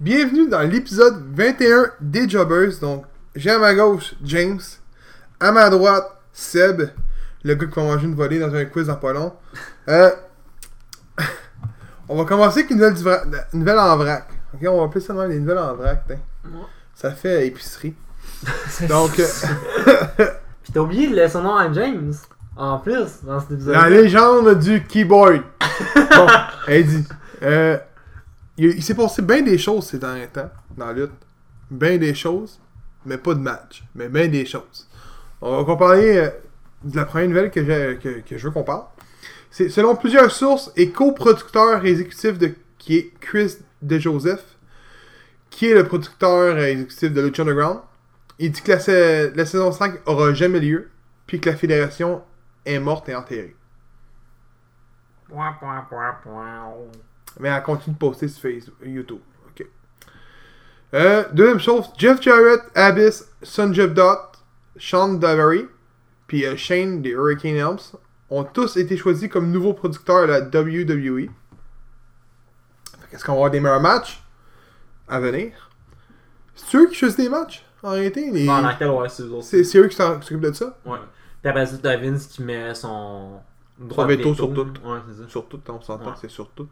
Bienvenue dans l'épisode 21 des Jobbers. Donc, j'ai à ma gauche James, à ma droite Seb, le gars qui va manger une volée dans un quiz en pas long. Euh, on va commencer avec une nouvelle, du vra- la- nouvelle en vrac. Ok, on va appeler ça même les nouvelles en vrac. tiens. Ouais. Ça fait épicerie. Donc, euh, Puis t'as oublié de laisser son nom à James. En plus, dans cet épisode. la légende du keyboard. Bon, Eddie. euh, il il s'est passé bien des choses ces derniers temps, dans la lutte. Bien des choses, mais pas de match. Mais bien des choses. On va parler euh, de la première nouvelle que, j'ai- que- que je veux qu'on parle. C'est selon plusieurs sources et coproducteur exécutif de qui est Chris DeJoseph, qui est le producteur euh, exécutif de Lucha Underground. Il dit que la, sa- la saison 5 aura jamais lieu, puis que la fédération est morte et enterrée. Point, point, point, point. Mais elle continue de poster sur Facebook, YouTube. Ok. Euh, deuxième chose, Jeff Jarrett, Abyss, Son Jeff Dot, Sean Davery, puis euh, Shane des Hurricane Helms ont tous été choisis comme nouveaux producteurs à la WWE. Est-ce qu'on va avoir des meilleurs matchs à venir? C'est eux qui choisissent des matchs, en réalité. les- Bon, en actel, ouais, c'est eux autres. C'est c'est eux qui s'en- qui s'occupent de ça. Ouais. Puis après ça, t'as Vince qui met son. Trois droit de veto sur tout. Ouais, c'est ça. Surtout, on s'entend Ouais. que c'est surtout.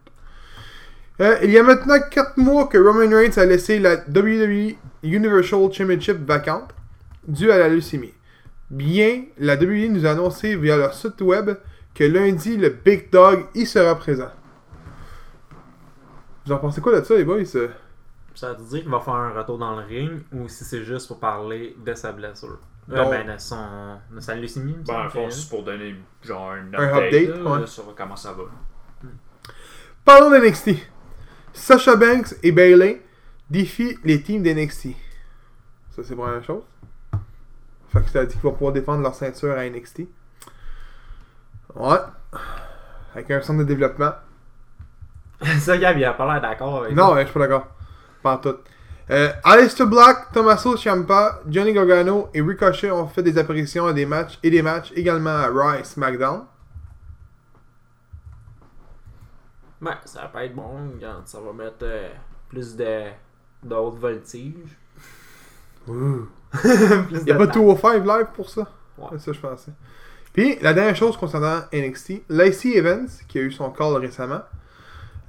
il y a maintenant 4 mois que Roman Reigns a laissé la WWE Universal Championship vacante due à la leucémie. Bien, la WWE nous a annoncé via leur site web que lundi, le Big Dog y sera présent. Vous en pensez quoi de ça, les boys? euh? Ça veut dire qu'il va faire un retour dans le ring ou si c'est juste pour parler de sa blessure. Euh, Non. ben, de, son... de sa leucémie. il me Ben, en semble fond, que- c'est pour donner genre un update, Un update, là, ouais. sur comment ça va. Parlons d'NXT. Sasha Banks et Bailey défient les teams d'NXT. Ça, c'est la première chose. Fait que ça dit qu'ils vont pouvoir défendre leur ceinture à NXT. Ouais. Avec un centre de développement. ça, Gab, il a pas l'air d'accord avec Non, ça. ouais, je suis pas d'accord. Pas en tout. Euh, Alistair Black, Tommaso Ciampa, Johnny Gargano et Ricochet ont fait des apparitions à des matchs et des matchs également à Raw et SmackDown. Ben, ça va pas être bon. regarde, ça va mettre euh, plus de. de haute voltige. plus Il n'y a de pas temps. 205 live pour ça. Ouais. C'est ça, que je pensais. Puis, la dernière chose concernant NXT, Lacey Evans, qui a eu son call récemment,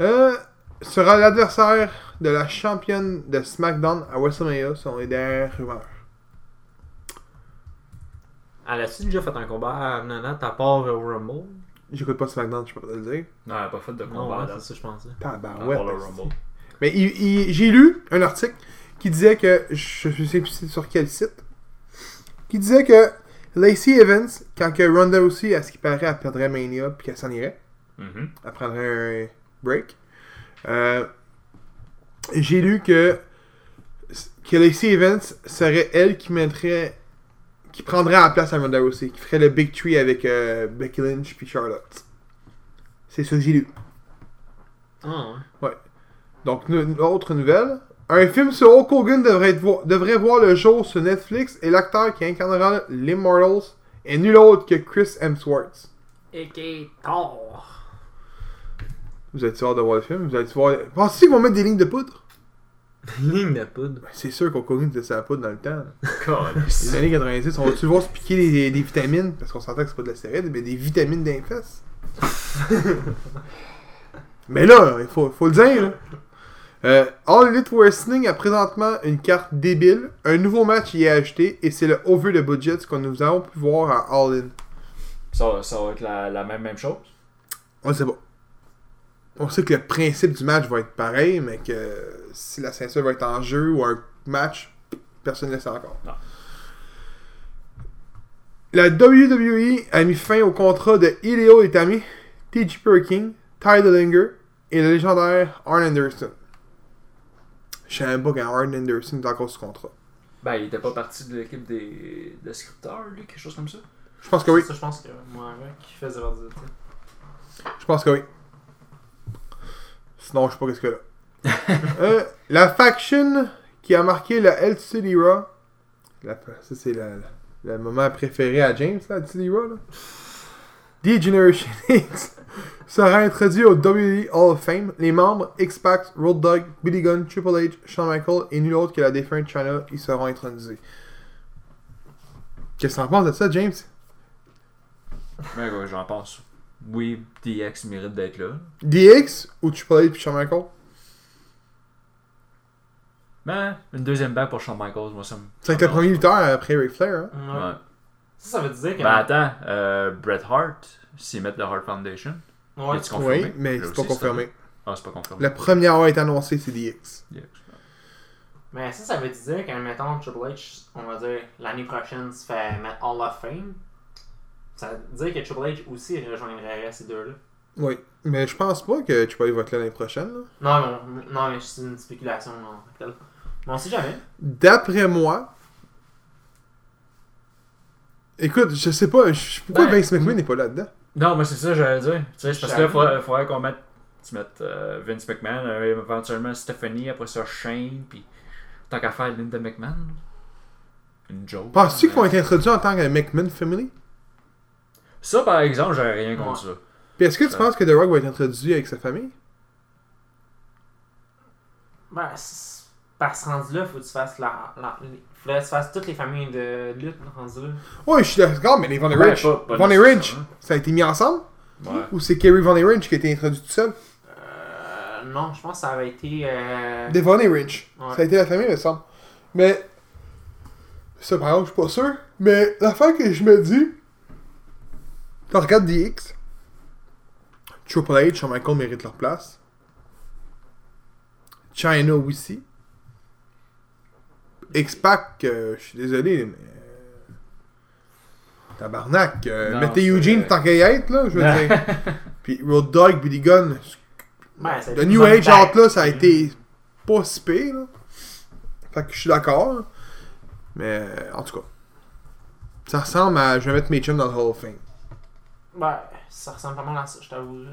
euh, sera l'adversaire de la championne de SmackDown à WrestleMania, selon les dernières rumeurs. Elle a-tu déjà fait un combat à Nanat à part au Rumble? J'écoute pas SmackDown, je peux pas te le dire. Non, elle a pas fait de Non, combat ouais, là. c'est ça, je pensais. à Tabarouette. part le esti. Ah, Rumble. Mais il- il- j'ai lu un article qui disait que, je, je sais plus c'est sur quel site, qui disait que Lacey Evans, quand que Ronda aussi, à ce qui paraît, elle perdrait Mania puis qu'elle s'en irait, Mhm. elle prendrait un break. Euh, J'ai lu que, que Lacey Evans serait elle qui mettrait qui prendrait la place à Ronda Rousey, qui ferait le Big Tree avec euh, Becky Lynch puis Charlotte. C'est ça que j'ai lu. Ah, ouais. Donc, nu- une autre nouvelle. Un film sur Hulk Hogan devrait, être vo- devrait voir le jour sur Netflix et l'acteur qui incarnera l'Immortals est nul autre que Chris Hemsworth. Et qui est tort. Vous allez voir de voir le film? Vous allez voir... Pensez-vous qu'ils vont mettre des lignes de poudre? Ligne de poudre. C'est sûr qu'Hulk Hogan faisait sa poudre dans le temps. là. Calice. Les années 90, on va-tu le voir se piquer des, des- des vitamines? Parce qu'on s'entend que c'est pas de la stéroïde, mais des vitamines d'un fesses. mais là, il faut, faut le dire. là. Euh, All Elite Wrestling a présentement une carte débile, un nouveau match y est acheté, et c'est le over the budget ce que nous avons pu voir à All In. ça, ça va être la, la même, même chose. On sait pas. On sait que le principe du match va être pareil, mais que si la ceinture va être en jeu ou un match, personne ne le sait encore. Non. La WWE a mis fin au contrat de Hideo Itami, T.J. Perking, Ty Dillinger et le légendaire Arn Anderson. Je savais même pas qu'un Arn Anderson est encore sous contrat. Ben, il était pas parti de l'équipe des, des scripteurs, lui, quelque chose comme ça. Je pense que oui. Ça, je pense que moi, avec, qui faisait leur dire Je pense que oui. Sinon, je sais pas qu'est-ce que là. Euh, la faction qui a marqué la LCD Raw. La- ça, c'est la- la- le moment préféré à James, la LCD Raw. là. D-Generation X sera introduit au WWE Hall of Fame. Les membres X-Pac, Road Dogg, Billy Gunn, Triple H, Shawn Michaels et nul autre que la défunte China y seront introduits. Qu'est-ce que t'en penses de ça, James? Mais Ben, ouais, j'en pense. Oui, DX mérite d'être là. DX ou Triple H puis Shawn Michaels? Mais Ben, une deuxième bague pour Shawn Michaels, moi ça me. C'est avec le premier lutteur après Ric Flair, hein? Ouais. Ça, ça veut dire que. Ben attends, euh, Bret Hart, s'ils mettent le Hart Foundation, Ouais. est-ce confirmé? Oui, mais Là c'est pas aussi, confirmé. Ah, c'est pas confirmé. Le premier à avoir été annoncé, c'est DX. DX. Mais ça, ça veut dire que, mettons, Triple H, on va dire, l'année prochaine se fait mettre Hall of Fame. Ça veut dire que Triple H aussi rejoindrait ces deux-là. Oui. Mais je pense pas que Triple H va être là l'année prochaine. là. Non, mais, on- non, mais c'est une spéculation. Non, tel. Mais on sait jamais. D'après moi. Écoute, je sais pas. je- Pourquoi Ben, Vince McMahon n'est pas là-dedans? Non, mais c'est ça, j'allais dire. Tu sais, c'est parce que là, Sharon. il faudrait, faudrait qu'on mette, tu mettes euh, Vince McMahon, euh, éventuellement Stephanie, après ça Shane, puis tant qu'à faire Linda McMahon. Une joke. Penses-tu qu'ils vont Mais- être introduits en tant que McMahon Family? Ça, par exemple, j'aurais rien contre ça. Puis est-ce que tu Ouais. penses que The Rock va être introduit avec sa famille? Ben, c'est- par ce rendu-là, faut que tu fasses la. la les- faut que tu fasses toutes les familles de lutte rendu là. Ouais, je suis d'accord, mais les Von Ouais, Ridge. Ben, pas- pas Von nécessairement. Ridge, ça a été mis ensemble? Ouais. Ou c'est Kerry Von Ridge qui a été introduit tout seul? Euh, non, je pense que ça avait été. Euh... Des Von Ridge. Ouais. Ça a été la famille, il me semble. Mais. Ça, par exemple, je suis pas sûr. Mais l'affaire que je me dis. Tu regardes DX. Triple H, Shawn Michaels méritent leur place. China aussi. X-Pac, euh, je suis désolé, mais. euh, Tabarnak. euh, Non, mettez c'est- Eugene tant qu'à y être, là, je veux dire. Puis Road Dogg, Billy Gunn. Ben, ça a le été New une Age bonne Outlaw, ça a tête. été pas si pire. là. Fait que je suis d'accord. là. Mais en tout cas, ça ressemble à. Je vais mettre mes chums dans le Hall of Fame. Ben, ça ressemble pas mal à ça, je t'avoue. là.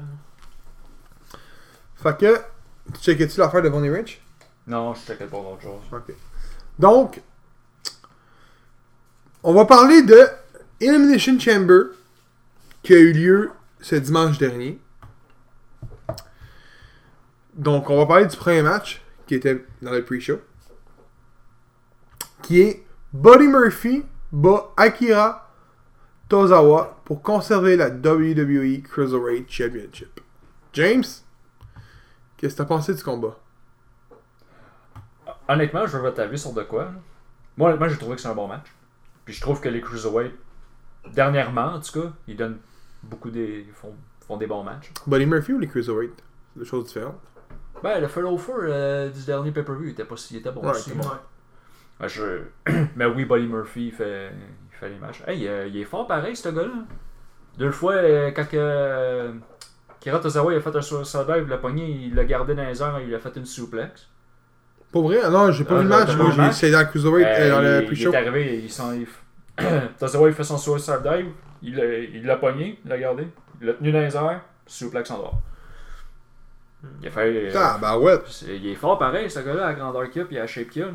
Fait que, tu checkais-tu l'affaire de Bonnie Rich Non, je checkais pas d'autre chose. Ok. Donc, on va parler de Elimination Chamber qui a eu lieu ce dimanche dernier. Donc, on va parler du premier match qui était dans le pre-show. Qui est Buddy Murphy bat Akira Tozawa pour conserver la WWE Cruiserweight Championship. James, qu'est-ce que t'as pensé du combat? Honnêtement, je veux votre avis sur de quoi. là. Moi, honnêtement, j'ai trouvé que c'est un bon match. Puis je trouve que les Cruiserweight, dernièrement, en tout cas, ils donnent beaucoup des. ils font, font des bons matchs. Buddy Murphy ou les Cruiserweight? Deux choses différentes. Ben, le Fall Over euh, du dernier pay-per-view, il était pas si il était bon Ouais, aussi. il était bon. Ben, je- Mais oui, Buddy Murphy, il fait, il fait les matchs. Hey, euh, il est fort pareil, ce gars-là. Deux fois, euh, quand que, euh, Kira Tozawa il a fait un suicide dive, il l'a pogné, il l'a gardé dans les airs, il a fait une souplex. Pour vrai? Ah Non, j'ai pas Ah, vu le t'as match. pas Moi, vu le j'ai match? c'est dans le Cruiserweight, euh, dans Euh, le il, il pre-show. est arrivé, il s'en... il f- Tozawa, il fait son suicide dive, il l'a- il l'a pogné, il l'a gardé, il l'a tenu dans les airs, souplex en dehors. Il a fait... euh, Ah, bah ouais. c'est- il est fort pareil, ce gars-là, à la grandeur qu'il a, puis à la shape qu'il a. là.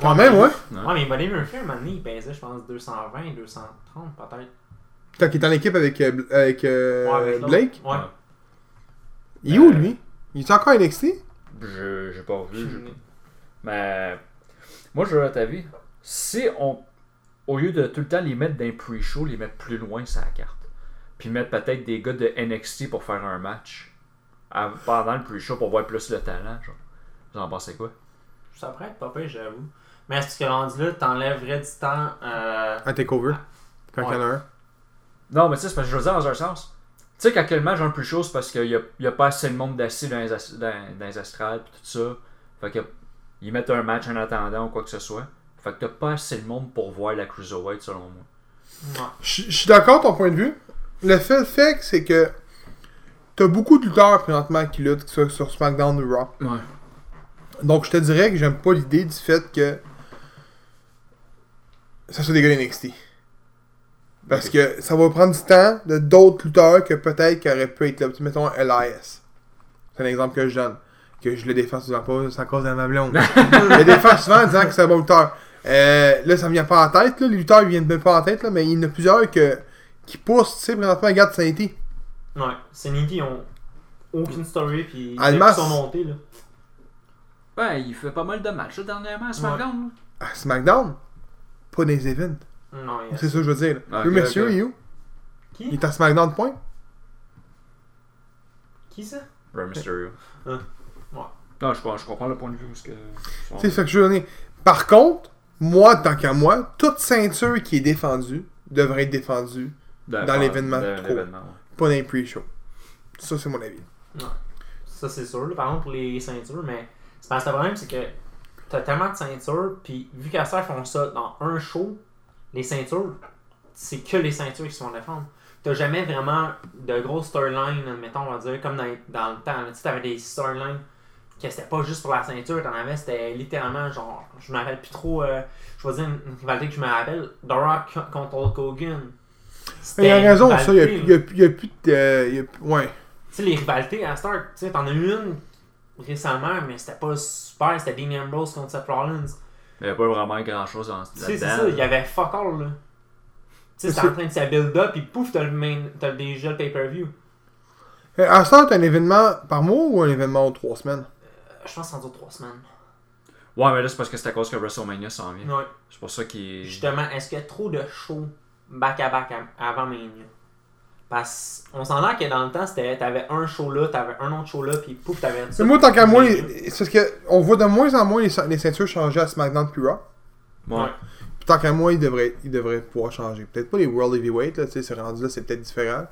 Quand même, ouais. Ouais, mais Buddy Murphy, un moment donné, il pesait, je pense, 220, 230 peut-être. Quand il est en équipe avec, euh, Bl- avec, euh, Ouais, avec l'autre. Blake, Ouais. Ah, il est où, Euh, lui? Il est encore NXT? Je j'ai pas vu. Aucune j'ai- idée. Mais moi, je veux ta vie. Si on, au lieu de tout le temps les mettre dans les pre-show, les mettre plus loin sur la carte, puis mettre peut-être des gars de NXT pour faire un match à- pendant le pre-show pour voir plus le talent, genre. Vous en pensez quoi? Ça pourrait être pas pire, j'avoue. Mais est-ce que rendu là, t'enlèverais du temps. Euh... Un takeover. Ah, Quand Ouais. il y en a un. Non, mais tu sais, c'est parce que je veux dire dans un sens. Tu sais, quand quel match dans le pre-show, c'est parce qu'il n'y a, pas assez de monde d'assis dans les, as- dans, dans les astrales puis tout ça. Fait que ils mettent un match en attendant ou quoi que ce soit. Fait que t'as pas assez de monde pour voir la Cruiserweight selon moi. Ouais. Je je suis d'accord, ton point de vue. Le fait, fait que c'est que t'as beaucoup de lutteurs présentement qui luttent, que ce soit sur SmackDown ou Raw. Ouais. Donc, je te dirais que j'aime pas l'idée du fait que ça soit des gars NXT. Parce que ça va prendre du temps de d'autres lutteurs que peut-être qui auraient pu être là. Mettons LIS. C'est un exemple que je donne. Que je le défends souvent pas, c'est à cause de ma blonde. je le défends souvent en disant que c'est un bon lutteur. Euh, là, ça me vient pas en tête. Là. Les lutteurs, ils viennent même pas en tête. Là, mais il y en a plusieurs que, qui pousse, tu sais, présentement, regarde Sainty. Ouais, Sanity, ils ont aucune story, puis ils Almas. sont montés, là. Ouais, Ben, il fait pas mal de matchs là, dernièrement hein. à SmackDown. À SmackDown, pas dans les events. Non, il y a- C'est ça que je veux dire. là. Ah, le ok, monsieur, ok. il est où? Il Qui est à SmackDown, point. Qui ça Rey Mysterio. Hein. Ouais. Non, je comprends, je comprends le point de vue parce que. C'est ça que je veux dire. Par contre, moi, tant qu'à moi, toute ceinture qui est défendue devrait être défendue, Dans, l'événement, dans trop. l'événement, ouais. pas dans les pre-show. Ça, c'est mon avis. Ça, c'est sûr, là, par exemple, pour les ceintures, mais c'est parce que le problème, c'est que t'as tellement de ceintures, puis vu qu'à ça, ils font ça dans un show, les ceintures, c'est que les ceintures qui sont défendre. T'as jamais vraiment de grosses storylines, admettons, on va dire, comme dans, dans le temps. là. Tu sais, t'avais des storylines que c'était pas juste pour la ceinture, t'en avais, c'était littéralement genre, je me rappelle plus trop, euh, je vais dire une, une rivalité que je me rappelle, The Rock co- contre Hulk Hogan. Il a C'était raison, une ça. Il y a, rivalité, plus- il y a plus- il y a plus de. euh, il y a plus- ouais. tu sais, les rivalités à Star, tu sais, t'en as eu une récemment, mais c'était pas super, c'était Dean Ambrose contre Seth Rollins. Il n'y a pas vraiment grand chose dans Tu sais, c'est ça, il y avait fuck all, là. Tu sais, c'était en train de se build up, puis pouf, t'as le main, t'as déjà le pay-per-view. Euh, À ça, t'as un événement par mois ou un événement aux trois semaines? Euh, je pense que ça en dure trois semaines. Ouais, mais là, c'est parce que c'est à cause que WrestleMania s'en vient. Ouais. C'est pour ça qu'il. Justement, est-ce qu'il y a trop de shows back-à-back à- avant Mania? Parce qu'on s'en que dans le temps, c'était t'avais un show là, t'avais un autre show là, puis pouf, t'avais Mais moi, tant qu'à moi, les- c'est parce que on voit de moins en moins les, ce- les ceintures changer à SmackDown puis Raw. Ouais. Ouais. Puis tant qu'à moi, ils devraient, ils devraient pouvoir changer. Peut-être pas les World Heavyweight, là, tu sais, ce rendu-là, c'est peut-être différent.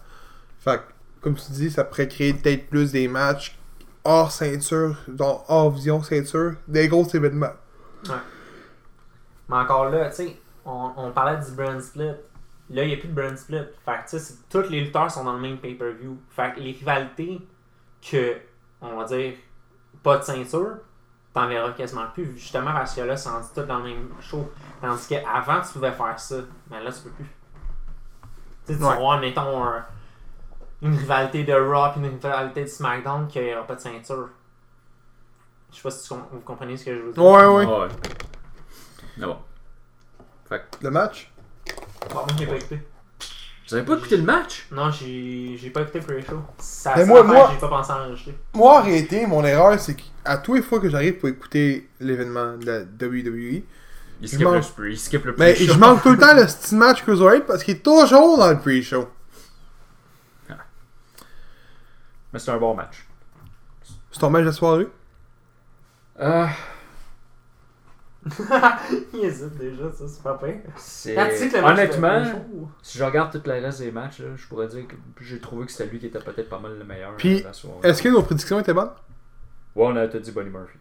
Fait que, comme tu dis, ça pourrait créer peut-être plus des matchs hors ceinture, donc hors vision ceinture, des gros événements. Mais encore là, tu sais, on, on parlait du brand split. Là, il n'y a plus de brand split. Fait que, tu sais, c'est- tous les lutteurs sont dans le même pay-per-view. Fait que les rivalités que, on va dire, pas de ceinture, t'en verras quasiment plus, justement parce que là, c'est rendu tout dans le même show. Tandis qu'avant, tu pouvais faire ça, mais là, tu peux plus. Tu sais, tu vas Ouais. voir, mettons, un- une rivalité de Raw puis une rivalité de SmackDown qu'il n'y aura pas de ceinture. Je sais pas si tu com- vous comprenez ce que je veux dire. Ouais, ouais. Ouais. Mais bon. Le match? Bon, moi, j'ai pas écouté. Vous avez pas écouté le match Non, j'ai j'ai pas écouté le pre-show. Ça, Mais ça moi- fait, moi- j'ai pas pensé à enregistrer. Moi, en réalité, mon erreur, c'est qu'à tous les fois que j'arrive pour écouter l'événement de la WWE, Il Je skip, le, manque. spree- il skip le mais pre-show. je manque tout le temps le petit match Cruiserweight parce qu'il est toujours dans le pre-show. Mais c'est un bon match. C'est ton match de la soirée? Euh, Il hésite déjà, ça, c'est pas pire. c'est... Ah, tu sais que le match de Euh, Honnêtement, pre-show, si je regarde tout le reste des matchs, là, je pourrais dire que j'ai trouvé que c'était lui qui était peut-être pas mal le meilleur Puis, euh, de la soirée. Est-ce que nos prédictions étaient bonnes? Ouais, on a tout dit Bonnie Murphy.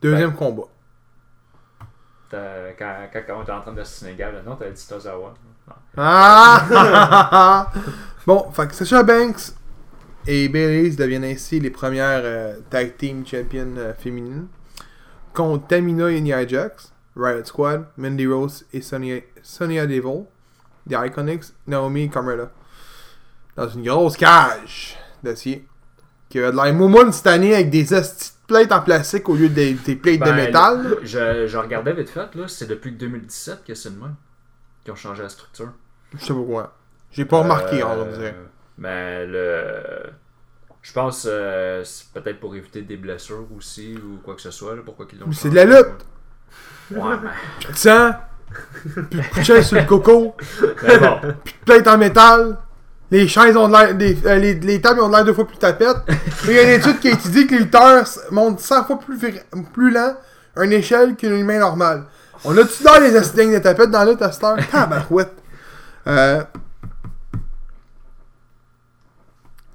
Deuxième combat. T'as- Quand, quand, quand on était en train de se Sénégal, non, t'avais dit Tozawa. Non. Ah! ah, ah, ah. bon, fait que Sasha Banks et Bayley deviennent ainsi les premières euh, tag team champions euh, féminines contre Tamina et Nia Jax, Riot Squad, Mandy Rose et Sonia, Sonia Devil, The Iconics, Naomi et Carmella. Dans une grosse cage d'acier qui a de l'air moumoune cette année avec des hosties de plates en plastique au lieu des, des plates de Ben, métal. Je, je regardais vite fait, là, c'est depuis que 2017 que c'est le même qu'ils ont changé la structure. Je sais pas pourquoi. J'ai pas remarqué, Euh, on va dire. Mais le. Je pense euh, c'est peut-être pour éviter des blessures aussi ou quoi que ce soit. là, pourquoi qu'ils l'ont Mais c'est de changé, la lutte! quoi. Ouais, mais- Pis de sang, pis de coucher sur le coco, mais ben, bon. plate en métal, les chaises ont de l'air, les, euh, les, les tables ont de l'air deux fois plus tapettes. Il y a une étude qui a étudié que les lutteurs s- montent 100 fois plus, vir- plus lent à une échelle qu'une humain normale. On a-tu dans les astignes de tapettes dans la lutte à cette heure? Tabarouette! Euh,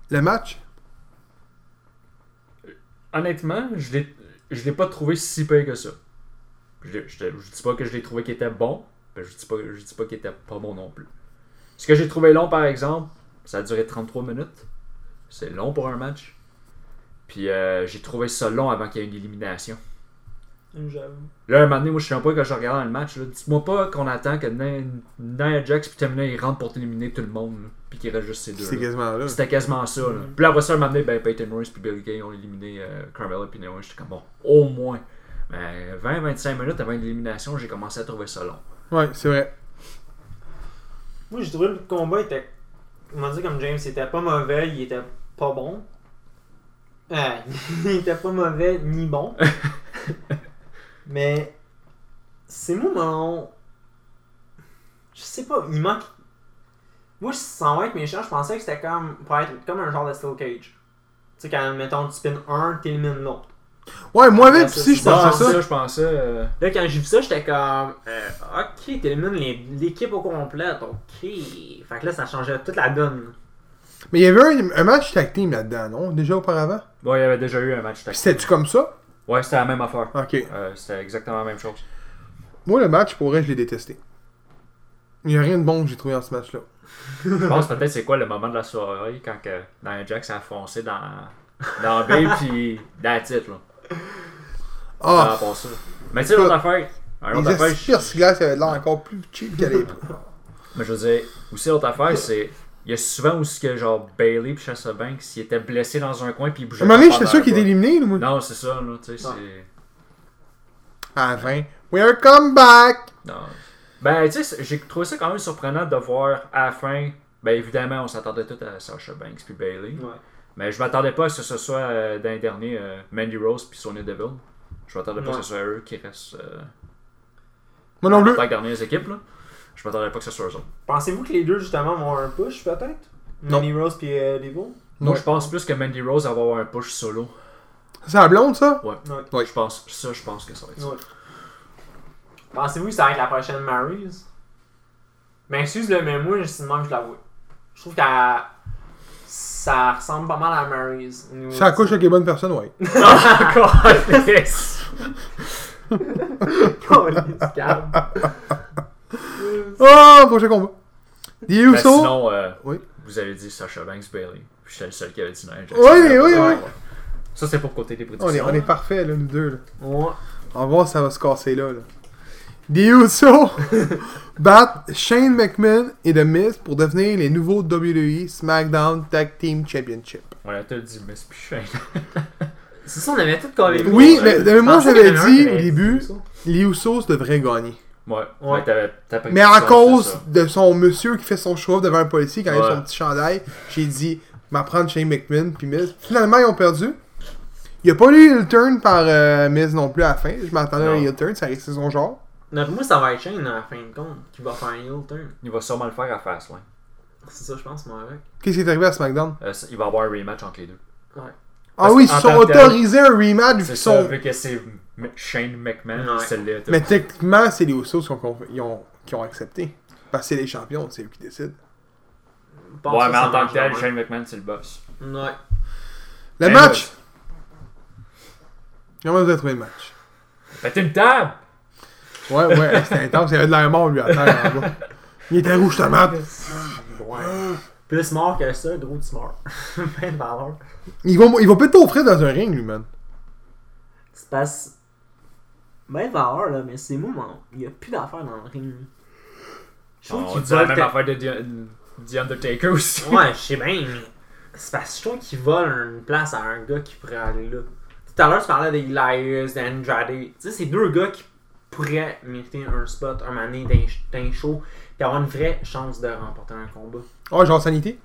le match? Honnêtement, je l'ai- je l'ai pas trouvé si pire que ça. Je, l'ai- je te- je dis pas que je l'ai trouvé qu'il était bon, mais je dis pas, je dis pas qu'il était pas bon non plus. Ce que j'ai trouvé long, par exemple, ça a duré 33 minutes. C'est long pour un match. Puis euh, j'ai trouvé ça long avant qu'il y ait une élimination. J'avoue. Là, un moment donné, moi, je suis un peu quand je regarde dans le match. là, Dites-moi pas qu'on attend que Nia Nia Jax puis Tamina ils rentrent pour éliminer tout le monde. là, puis qu'il reste juste ces deux. C'est quasiment là. C'était quasiment ça. Là. Puis là, après ça, un moment donné, ben, Peyton Royce puis Billy Gay ont éliminé euh, Carmella puis Naomi. J'étais comme bon, au moins. Mais 20-25 minutes avant l'élimination, j'ai commencé à trouver ça long. Ouais, c'est vrai. Moi, j'ai trouvé le combat était on va dire comme James, il était pas mauvais, il était pas bon. Euh, il était pas mauvais ni bon. Mais ces moments. Je sais pas, il manque. Moi, je- sans être méchant, je pensais que c'était comme. pour être comme un genre de steel cage. Tu sais, quand, mettons, tu spins un, t'élimines l'autre. Ouais, moi même Ouais, ça, si je c'est pensais Ah, bon, ça. je pensais. euh, Là, quand j'ai vu ça, j'étais comme. euh, ok, t'élimines les- l'équipe au complet, ok. Fait que là, ça changeait toute la donne. Mais il y avait un, un match tag team là-dedans, non Déjà auparavant Bon, il y avait déjà eu un match tag. Puis c'était-tu comme ça Ouais, c'était la même affaire. Ok. Euh, c'était exactement la même chose. Moi, le match, pour vrai, je l'ai détesté. Il n'y a rien de bon que j'ai trouvé dans ce match-là. Je pense peut-être c'est quoi le moment de la soirée quand que Nia Jax a foncé dans, dans B puis dans la titre. Là, Par Ah, rapport à ça. Mais tu sais, l'autre affaire. Un autre affaire, les je- Spears glace avait l'air encore plus cheap qu'à l'époque. mais je veux dire, aussi l'autre affaire, c'est. Il y a souvent aussi que genre Bailey puis Chassa Banks, ils étaient blessés dans un coin puis ils À bougeaient. un moment donné, pas j'étais dans sûr le qu'il coin. était éliminé, là, moi. Non, c'est ça, là, tu sais, c'est. À la fin. We are come back! Non. Ben, tu sais, c'est- j'ai trouvé ça quand même surprenant de voir à la fin. Ben, évidemment, on s'attendait tout à Sasha Banks puis Bailey. Ouais. Mais je m'attendais pas à ce que ce soit euh, dans les derniers euh, Mandy Rose puis Sonya Deville. Je m'attendais pas Ouais. que ce soit eux qui restent euh, Moi non en plus. tant que dernières équipes. Là. Je m'attendais pas que ce soit eux autres. Pensez-vous que les deux, justement, vont avoir un push, peut-être Non. Mandy Rose puis euh, Devil Moi, Ouais. je pense plus que Mandy Rose va avoir un push solo. C'est la blonde, ça? Ouais. Ouais. Je pense, ça, je pense que ça va être ça. Ouais. Pensez-vous que ça va être la prochaine Maryse? Ben, excuse-le, mais moi, je demande, je l'avoue. Je trouve qu'elle. Ça ressemble pas mal à Maryse. Nous- Ça accouche avec les bonnes personnes, ouais. Encore Câlisse, calme. Euh, Oh, prochain combat. Les Ben, Usos. sinon, euh, Oui. vous avez dit Sasha Banks, Bailey. Puis j'étais le seul qui avait dit Nia Jax. Oui, oui, oui. Ça, c'est pour côté des prédictions. On est, on est parfait, là, nous deux. Là. Ouais. On va voir si ça va se casser là. là. Les Usos battent Shane McMahon et The Miz pour devenir les nouveaux WWE SmackDown Tag Team Championship. On a tout dit Miss Pichain. C'est ça, on avait tout collé. euh, Oui, mais, mais moi Pensez j'avais qu'il y en a un qui dit au avait dit début, ça. les Usos devraient gagner. Ouais, Ouais. ouais. t'avais- t'as pris Mais ça, à c'est cause ça. de son monsieur qui fait son show devant un policier quand il a Ouais. son petit chandail, j'ai dit m'apprendre Shane McMahon puis Miz. Finalement, ils ont perdu. Il n'y a pas eu le heel turn par euh, Miz non plus à la fin. Je m'attendais à un Non. heel turn, ça reste son genre. Non, pour moi, ça va être Shane, à la fin de compte, qui va faire un heel turn. Il va sûrement le faire à Fastlane. C'est ça, je pense, moi, avec. Qu'est-ce qui est arrivé à SmackDown? Euh, ça- il va y avoir un rematch entre les deux. Ah Parce oui, ils qu'en se sont tant que tel, autorisés un rematch vu C'est qu'ils ça, sont. vu que c'est M- Shane McMahon Ouais. qui se l'est. Mais techniquement, c'est les Usos qui ont, conf- ils ont- qui ont accepté. Parce que c'est les champions, c'est eux qui décident. Je pense Ouais, que mais ça en tant marche que tel, de Shane McMahon, c'est le boss. même. Ouais. Le Ben, match! Comment vous avez trouvé le match? Faites une table! Ouais, ouais, c'était intense. Il y avait de l'air mort, lui, à terre, en bas. Il était rouge tomate. Ouais. Plus mort que ça, gros, tu meurs. ben de valeur. Il va, il va péter au frais dans un ring, lui, man. C'est parce. Ben de valeur, là, mais c'est moment. Il y a plus d'affaires dans le ring. Je trouve Ah, On qu'il dit la vole. même ta- affaire de The- The Undertaker aussi. Ouais, je sais bien, mais. C'est parce que je trouve qu'il vole une place à un gars qui pourrait aller là. Tout à l'heure, tu parlais d'Elias, d'Andrade. Tu sais, c'est deux gars qui pourraient mériter un spot, un mané d'un d'un show, puis avoir une vraie chance de remporter un combat. Oh, genre Sanité?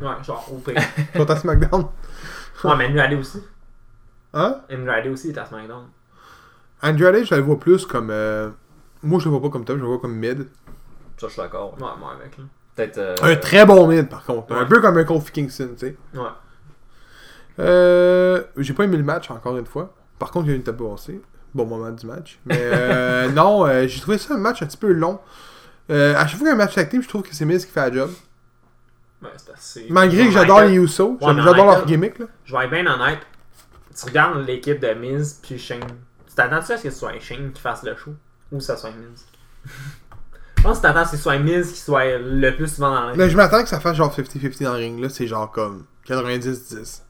Ouais, genre, au pire. Contre à SmackDown? ouais, mais Andrade aussi. Hein? Andrade aussi est à SmackDown. Andrew Alley, je le vois plus comme. euh, Moi, je le vois pas comme top, je le vois comme mid. Ça, je suis d'accord. ouais. Ouais, moi avec, là. Peut-être. euh, Un très bon mid, par contre. Un Ouais. peu comme un Kofi Kingston, tu sais. Ouais. Euh, j'ai pas aimé le match encore une fois. Par contre, il y a eu une table avancée. Bon moment du match. Mais euh, non, euh, j'ai trouvé ça un match un petit peu long. Euh, à chaque fois qu'il y a un match tag team, je trouve que c'est Miz qui fait la job. Ouais, Ben, c'est assez. Malgré que Ouais, j'adore Michael- les Usos, Ouais, mais j'adore leur Michael- gimmick. Là. Je vais être bien honnête. Tu regardes l'équipe de Miz puis Shane. Tu t'attends-tu à ce que ce soit Shane qui fasse le show ou que ce soit Miz Je pense que tu t'attends à ce que ce soit Miz qui soit le plus souvent dans la Là, je m'attends que ça fasse genre 50-50 dans le ring. Là, c'est genre comme 90-10.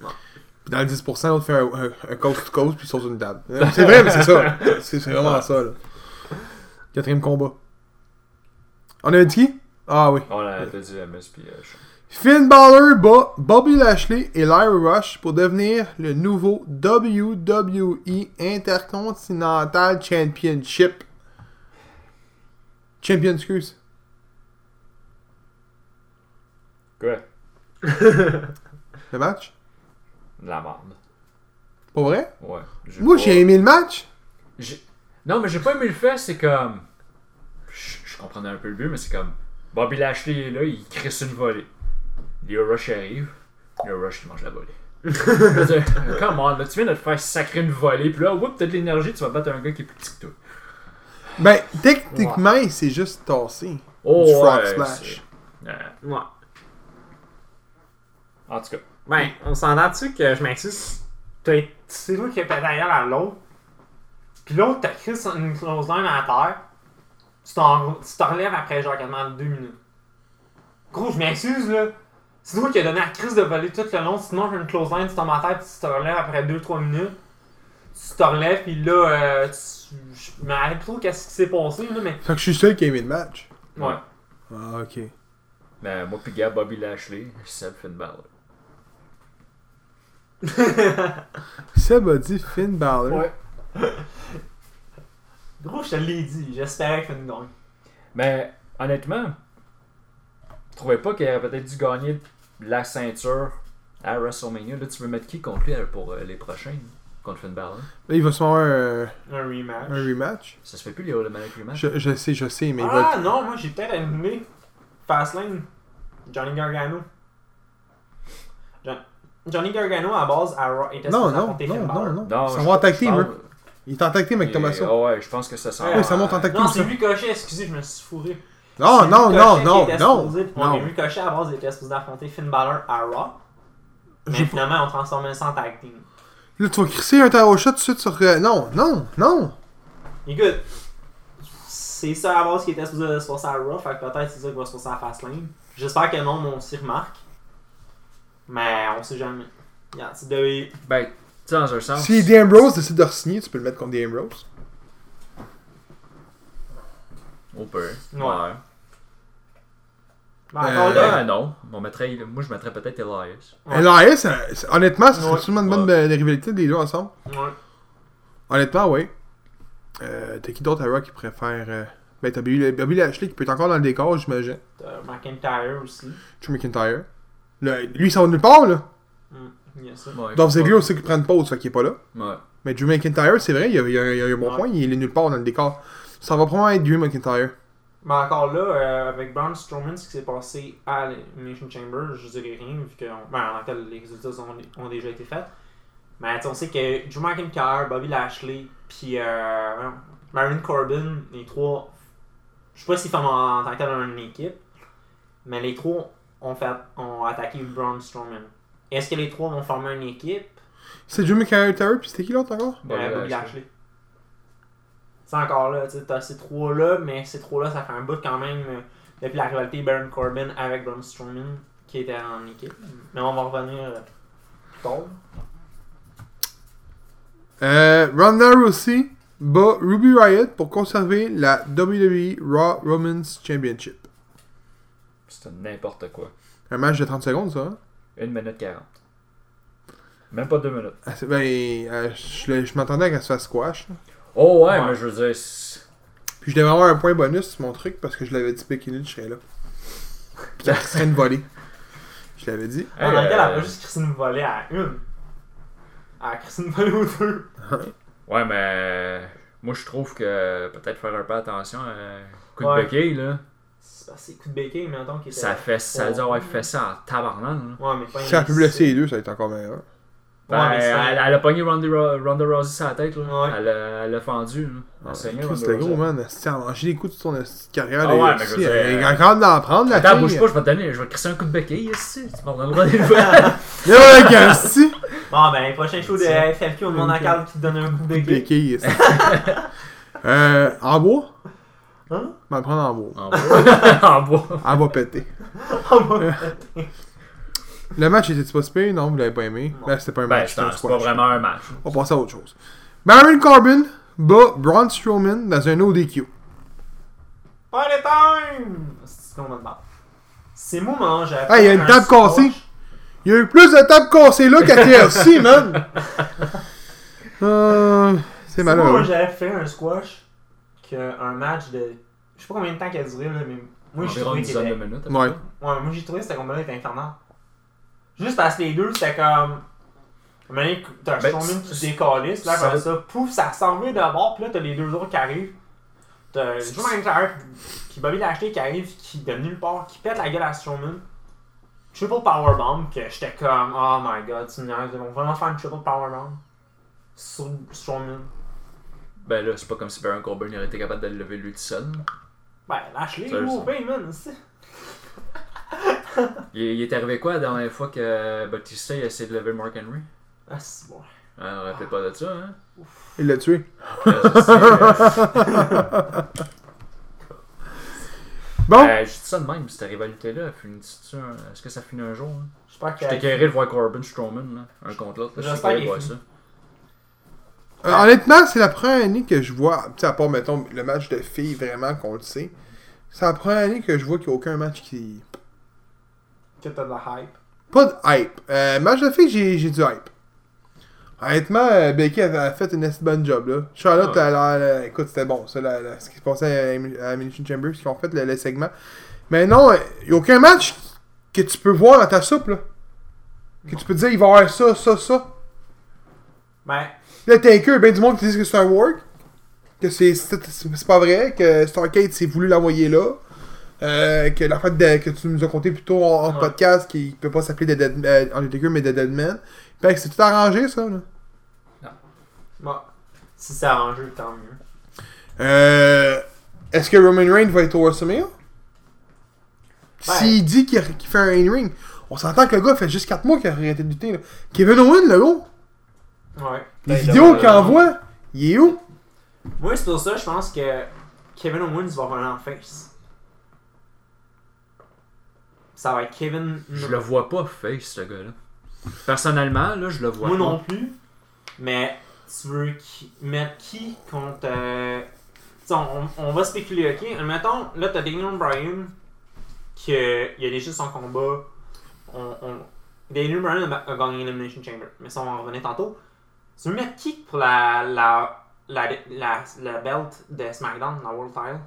Ouais. Puis dans le 10%, l'autre fait un, un, un coast-to-coast puis ils sont sur une table. Euh, C'est vrai, mais c'est ça. C'est c'est vraiment ça. Là. Quatrième combat. On avait dit qui Ah oui. On a t'as dit euh, Miss puis euh, Shane. Finn Balor bat Bobby Lashley et Lyra Rush pour devenir le nouveau WWE Intercontinental Championship. Champion, excuse. Quoi? Le match? De la merde. Pas vrai? Ouais. j'ai Moi, pas- j'ai aimé le match. j'ai- Non, mais j'ai pas aimé le fait, c'est comme. Je je comprenais un peu le but, mais c'est comme. Bobby Lashley est là, il crisse une volée. Leo Rush arrive. Leo Rush, il mange la volée. Je veux dire, Come on, là, tu viens de te faire sacrer une volée, puis là, oups, t'as de l'énergie, tu vas battre un gars qui est plus petit que toi. Ben, techniquement, il s'est juste tassé. Oh, Du frog ouais, splash. c'est- Euh, Ouais. en tout cas. Ben, on s'entend dessus que je m'excuse. T'as- C'est toi qui est derrière à l'autre. Puis l'autre, t'as créé une close line à terre. Tu t'en tu te relèves après genre quasiment deux minutes. Gros, je m'excuse là. C'est toi qui as donné à Chris de voler tout le long. Sinon, j'ai une close line, tu tombes à terre, puis tu te relèves après 2-3 minutes. Tu te relèves, puis là, euh, tu... je me rappelle plus trop qu'est-ce qui s'est passé là, mais. Fait que je suis le seul qui a aimé le match. Ouais. Ah, ok. Ben, moi, puis gars, Bobby Lashley, Seb Finn Balor. Seb a dit Finn Balor. Ouais. Gros, je te l'ai dit, j'espérais que une gagne. Mais honnêtement, je trouvais pas qu'il aurait peut-être dû gagner la ceinture à WrestleMania. Là, tu veux mettre qui contre lui euh, pour euh, les prochains Contre Finn Balor Là, il va se faire un, Un rematch. un rematch. Ça se fait plus les Automatic Rematch. Je, je sais, je sais, mais il va Ah non, moi j'ai peut-être animé Fastlane, Johnny Gargano. Jo- Johnny Gargano à base à Raw était Non, supposé non, affronter Finn non, Balor. non, non. Non, Ils je- sont en tag je team, parle- eux. Il est en tag team avec Et- euh, Tommaso. ah ouais, je pense que ça sent. Ouais, ça monte en tag Non, team, c'est ça. lui Cochet, excusez, je me suis fourré. Non, C'est non, Ricochet non, qui non, était non. supposé- non. Ouais, mais Ricochet à base il était supposé affronter Finn Balor à Raw. Mais J'ai- finalement, on transformait ça en tag team. Là, tu vas crisser un tarot shot tout de suite sur. euh, Non, non, non. Écoute, c'est ça à base qui était supposé se passer à Raw, fait que peut-être c'est ça qui va se passer à Fastlane. J'espère que non, mais on s'y remarque. Mais on sait jamais. Regarde, c'est de... Ben, tu sais, dans un sens. Si D. Ambrose décide de re-signer, tu peux le mettre contre D. Ambrose. On peut. Ouais. Ouais. Ben, encore Euh, là, Ah, non. On mettrait, moi, je mettrais peut-être Elias. Ouais. LAS, ça- ça- euh, honnêtement, ça serait Ouais. sûrement une bonne euh, rivalité des deux ensemble. Ouais. Honnêtement, oui. Euh, t'as qui d'autre à Rock qui pourrait faire. euh, Ben, t'as Bobby, Bobby Lashley qui peut être encore dans le décor, j'imagine. T'as McIntyre aussi. Drew McIntyre. Le- lui, il s'en va nulle part, là. Mm, Il y a ça. Ouais, Dolph Ziggler ouais. aussi qui prend une pause, fait qu'il est pas là. Ouais. Mais Drew McIntyre, c'est vrai, il y a, il y a- il y a un bon Ouais. point, il est nulle part dans le décor. Ça va probablement être Drew McIntyre. Mais encore là, euh, avec Braun Strowman, ce qui s'est passé à l'Elimination Chamber, je dirais rien, vu que on- ben, en tant que tel, les résultats ont, ont déjà été faits. Mais tu sais, on sait que Drew McIntyre, Bobby Lashley, puis euh, voyons, Baron Corbin, les trois, je sais pas s'ils forment en, en tant que tel une équipe, mais les trois ont, fait, ont attaqué Braun Strowman. Est-ce que les trois vont former une équipe C'est Drew McIntyre, puis c'était qui l'autre encore Bobby Euh, Bobby Lashley. Lashley. C'est encore là, tu sais, t'as ces trois-là, mais ces trois-là, ça fait un bout quand même euh, depuis la rivalité Baron Corbin avec Braun Strowman qui était en équipe. Mais on va revenir euh, plus tard. Euh, Ronda Rousey bat Ruby Riot pour conserver la WWE Raw Women's Championship. C'était n'importe quoi. Un match de 30 secondes, ça. hein? 1 minute 40. Même pas 2 minutes. Ah, c'est- Ben, euh, je, le- je m'attendais à qu'elle se fasse squash. là. Oh, ouais, Ouais. mais je veux dire. c'est- Puis je devais avoir un point bonus sur mon truc parce que je l'avais dit Becky Lynch serait là. Puis qu'elle serait une volée. Je l'avais dit. On dans Hey, lequel elle euh, a pas juste Christine volée à une. Elle a Christine volée aux deux. Ouais, mais moi je trouve que peut-être faire un peu attention à coup de Ouais. béquille, là. C'est passé coup de béquille, mais attends, qui était. Ça fait ça a dû avoir fait ça en tabarnane. Ouais, mais pas Si elle une- peut blesser les deux, ça va être encore meilleur. Ouais, Ben, mais c'est- elle, elle a pogné Ronda, Ro- Ronda Rousey sur la tête, là. Ouais. Elle, a, elle a fendu, là. Elle Ah, a Christ, saigné, Ronda C'était gros, Rousey. man. Elle a mangé les coups de son esti de carrière. Ah de ouais, UFC. mais je veux dire- Elle est encore d'en prendre, la Attends, fille. hein. bouge pas, je vais te donner, je vais te crisser un coup de béquille ici. Tu m'en donneras des fois. Il y a un gars, esti. Bon, ben, prochain show de Tiens. FLQ, on demande à Ok. Carl qui te donne un coup de béquille. Béquille, esti. Euh, en bois? Hein? On va le prendre en bois. en bois. en bois. Elle va péter. Le match était-tu pas super? Non, vous l'avez pas aimé. Non. Ben, c'était pas un Ben, match, c'est c'était un pas- c'est pas squash. vraiment un match. On passe à autre chose. Baron Corbin bat Braun Strowman dans un ODQ. Party time! C'est ce qu'on va te battre. C'est moi, man, j'avais. Hey, Ah, il y a une table cassée. Il y a eu plus de tables cassées là qu'à TLC, man! Euh, c'est C'est moi, malheureux. j'avais fait un squash qu'un match de. Je sais pas combien de temps qu'elle a duré, là, mais Moi, j'ai environ trouvé une que dizaine de c'était- minutes. à peu Ouais. près. Ouais, moi, j'ai trouvé que cette combat-là était infernal. Juste parce que les deux, c'était comme. À un moment donné, T'as un Ben, Strowman c'est- qui décalisse, là, ça- comme ça, pouf, ça ressemblait d'abord, puis là, t'as les deux autres qui arrivent. T'as Drew McIntyre, qui Bobby Lashley qui arrive, qui de nulle part, qui pète la gueule à Strowman. Triple Powerbomb, que j'étais comme, oh my god, tu me niaises, ils vont vraiment faire une Triple Powerbomb sur Strowman. Ben là, c'est pas comme si Baron Corbin il aurait été capable de le lever lui tout seul. Ben, Lashley, Ça, il est ça. au payment, aussi. Il, il est arrivé quoi la dernière fois que Batista il a essayé de lever Mark Henry Ah, c'est bon. Hein, On rappelle pas de ça, hein Il l'a tué. Euh, c'est- euh, Bon, euh, je dis ça de même, cette rivalité-là, finit-tu un- est-ce que ça finit un jour hein? J'espère que. J'étais carré de voir Corbin Strowman, là, un contre l'autre. là, J'espère J'étais de qu'il voir est ça. euh, honnêtement, c'est la première année que je vois, tu sais, à part, mettons, le match de filles, vraiment, qu'on le sait, c'est la première année que je vois qu'il n'y a aucun match qui... Que t'as de la hype. Pas de hype. Euh, match de filles, j'ai, j'ai du hype. Honnêtement, euh, Becky a, a fait une assez bonne job. Là. Charlotte, Ouais. elle a- elle a- écoute, c'était bon, ça, la- la- ce qui se passait à, à Elimination Chamber, ce qu'ils ont fait, le, le segment. Mais non, il n'y a aucun match que tu peux voir dans ta soupe. Là. Que tu peux dire, il va y avoir ça, ça, ça. Ben, Le Taker, ben du monde qui dit que c'est un work. Que c'est, c'est, c'est pas vrai, que Starcade s'est voulu l'envoyer là. Euh, que la fête de- que tu nous as conté plus tôt en, en Ouais. podcast, qui peut pas s'appeler The Dead, euh, Undertaker, mais The Deadman. Fait que c'est tout arrangé, ça. Là. bon. Si c'est arrangé, tant mieux. Euh, est-ce que Roman Reigns va être au WrestleMania? S'il dit qu'il, qu'il fait un in-ring, on s'entend que le gars fait juste 4 mois qu'il a arrêté de lutter. là. Kevin Owen, le gars, Ouais. les Ben, il vidéos a- qu'il envoie, il est où? Moi, c'est pour ça, je pense que Kevin Owens va revenir en face. Ça va être Kevin. Je le vois pas face, ce gars-là. Personnellement, là, je le vois Moi pas. non plus. Mais tu veux qui... mettre qui contre. euh, t'sais, On, on va spéculer, ok? Mettons, là, t'as Daniel Bryan. Qu'il a déjà son combat. On, on... Daniel Bryan a, a gagné l'Elimination Chamber. Mais ça, on va en revenir tantôt. Tu veux mettre qui pour la. la... La, la, la belt de SmackDown, la World Title.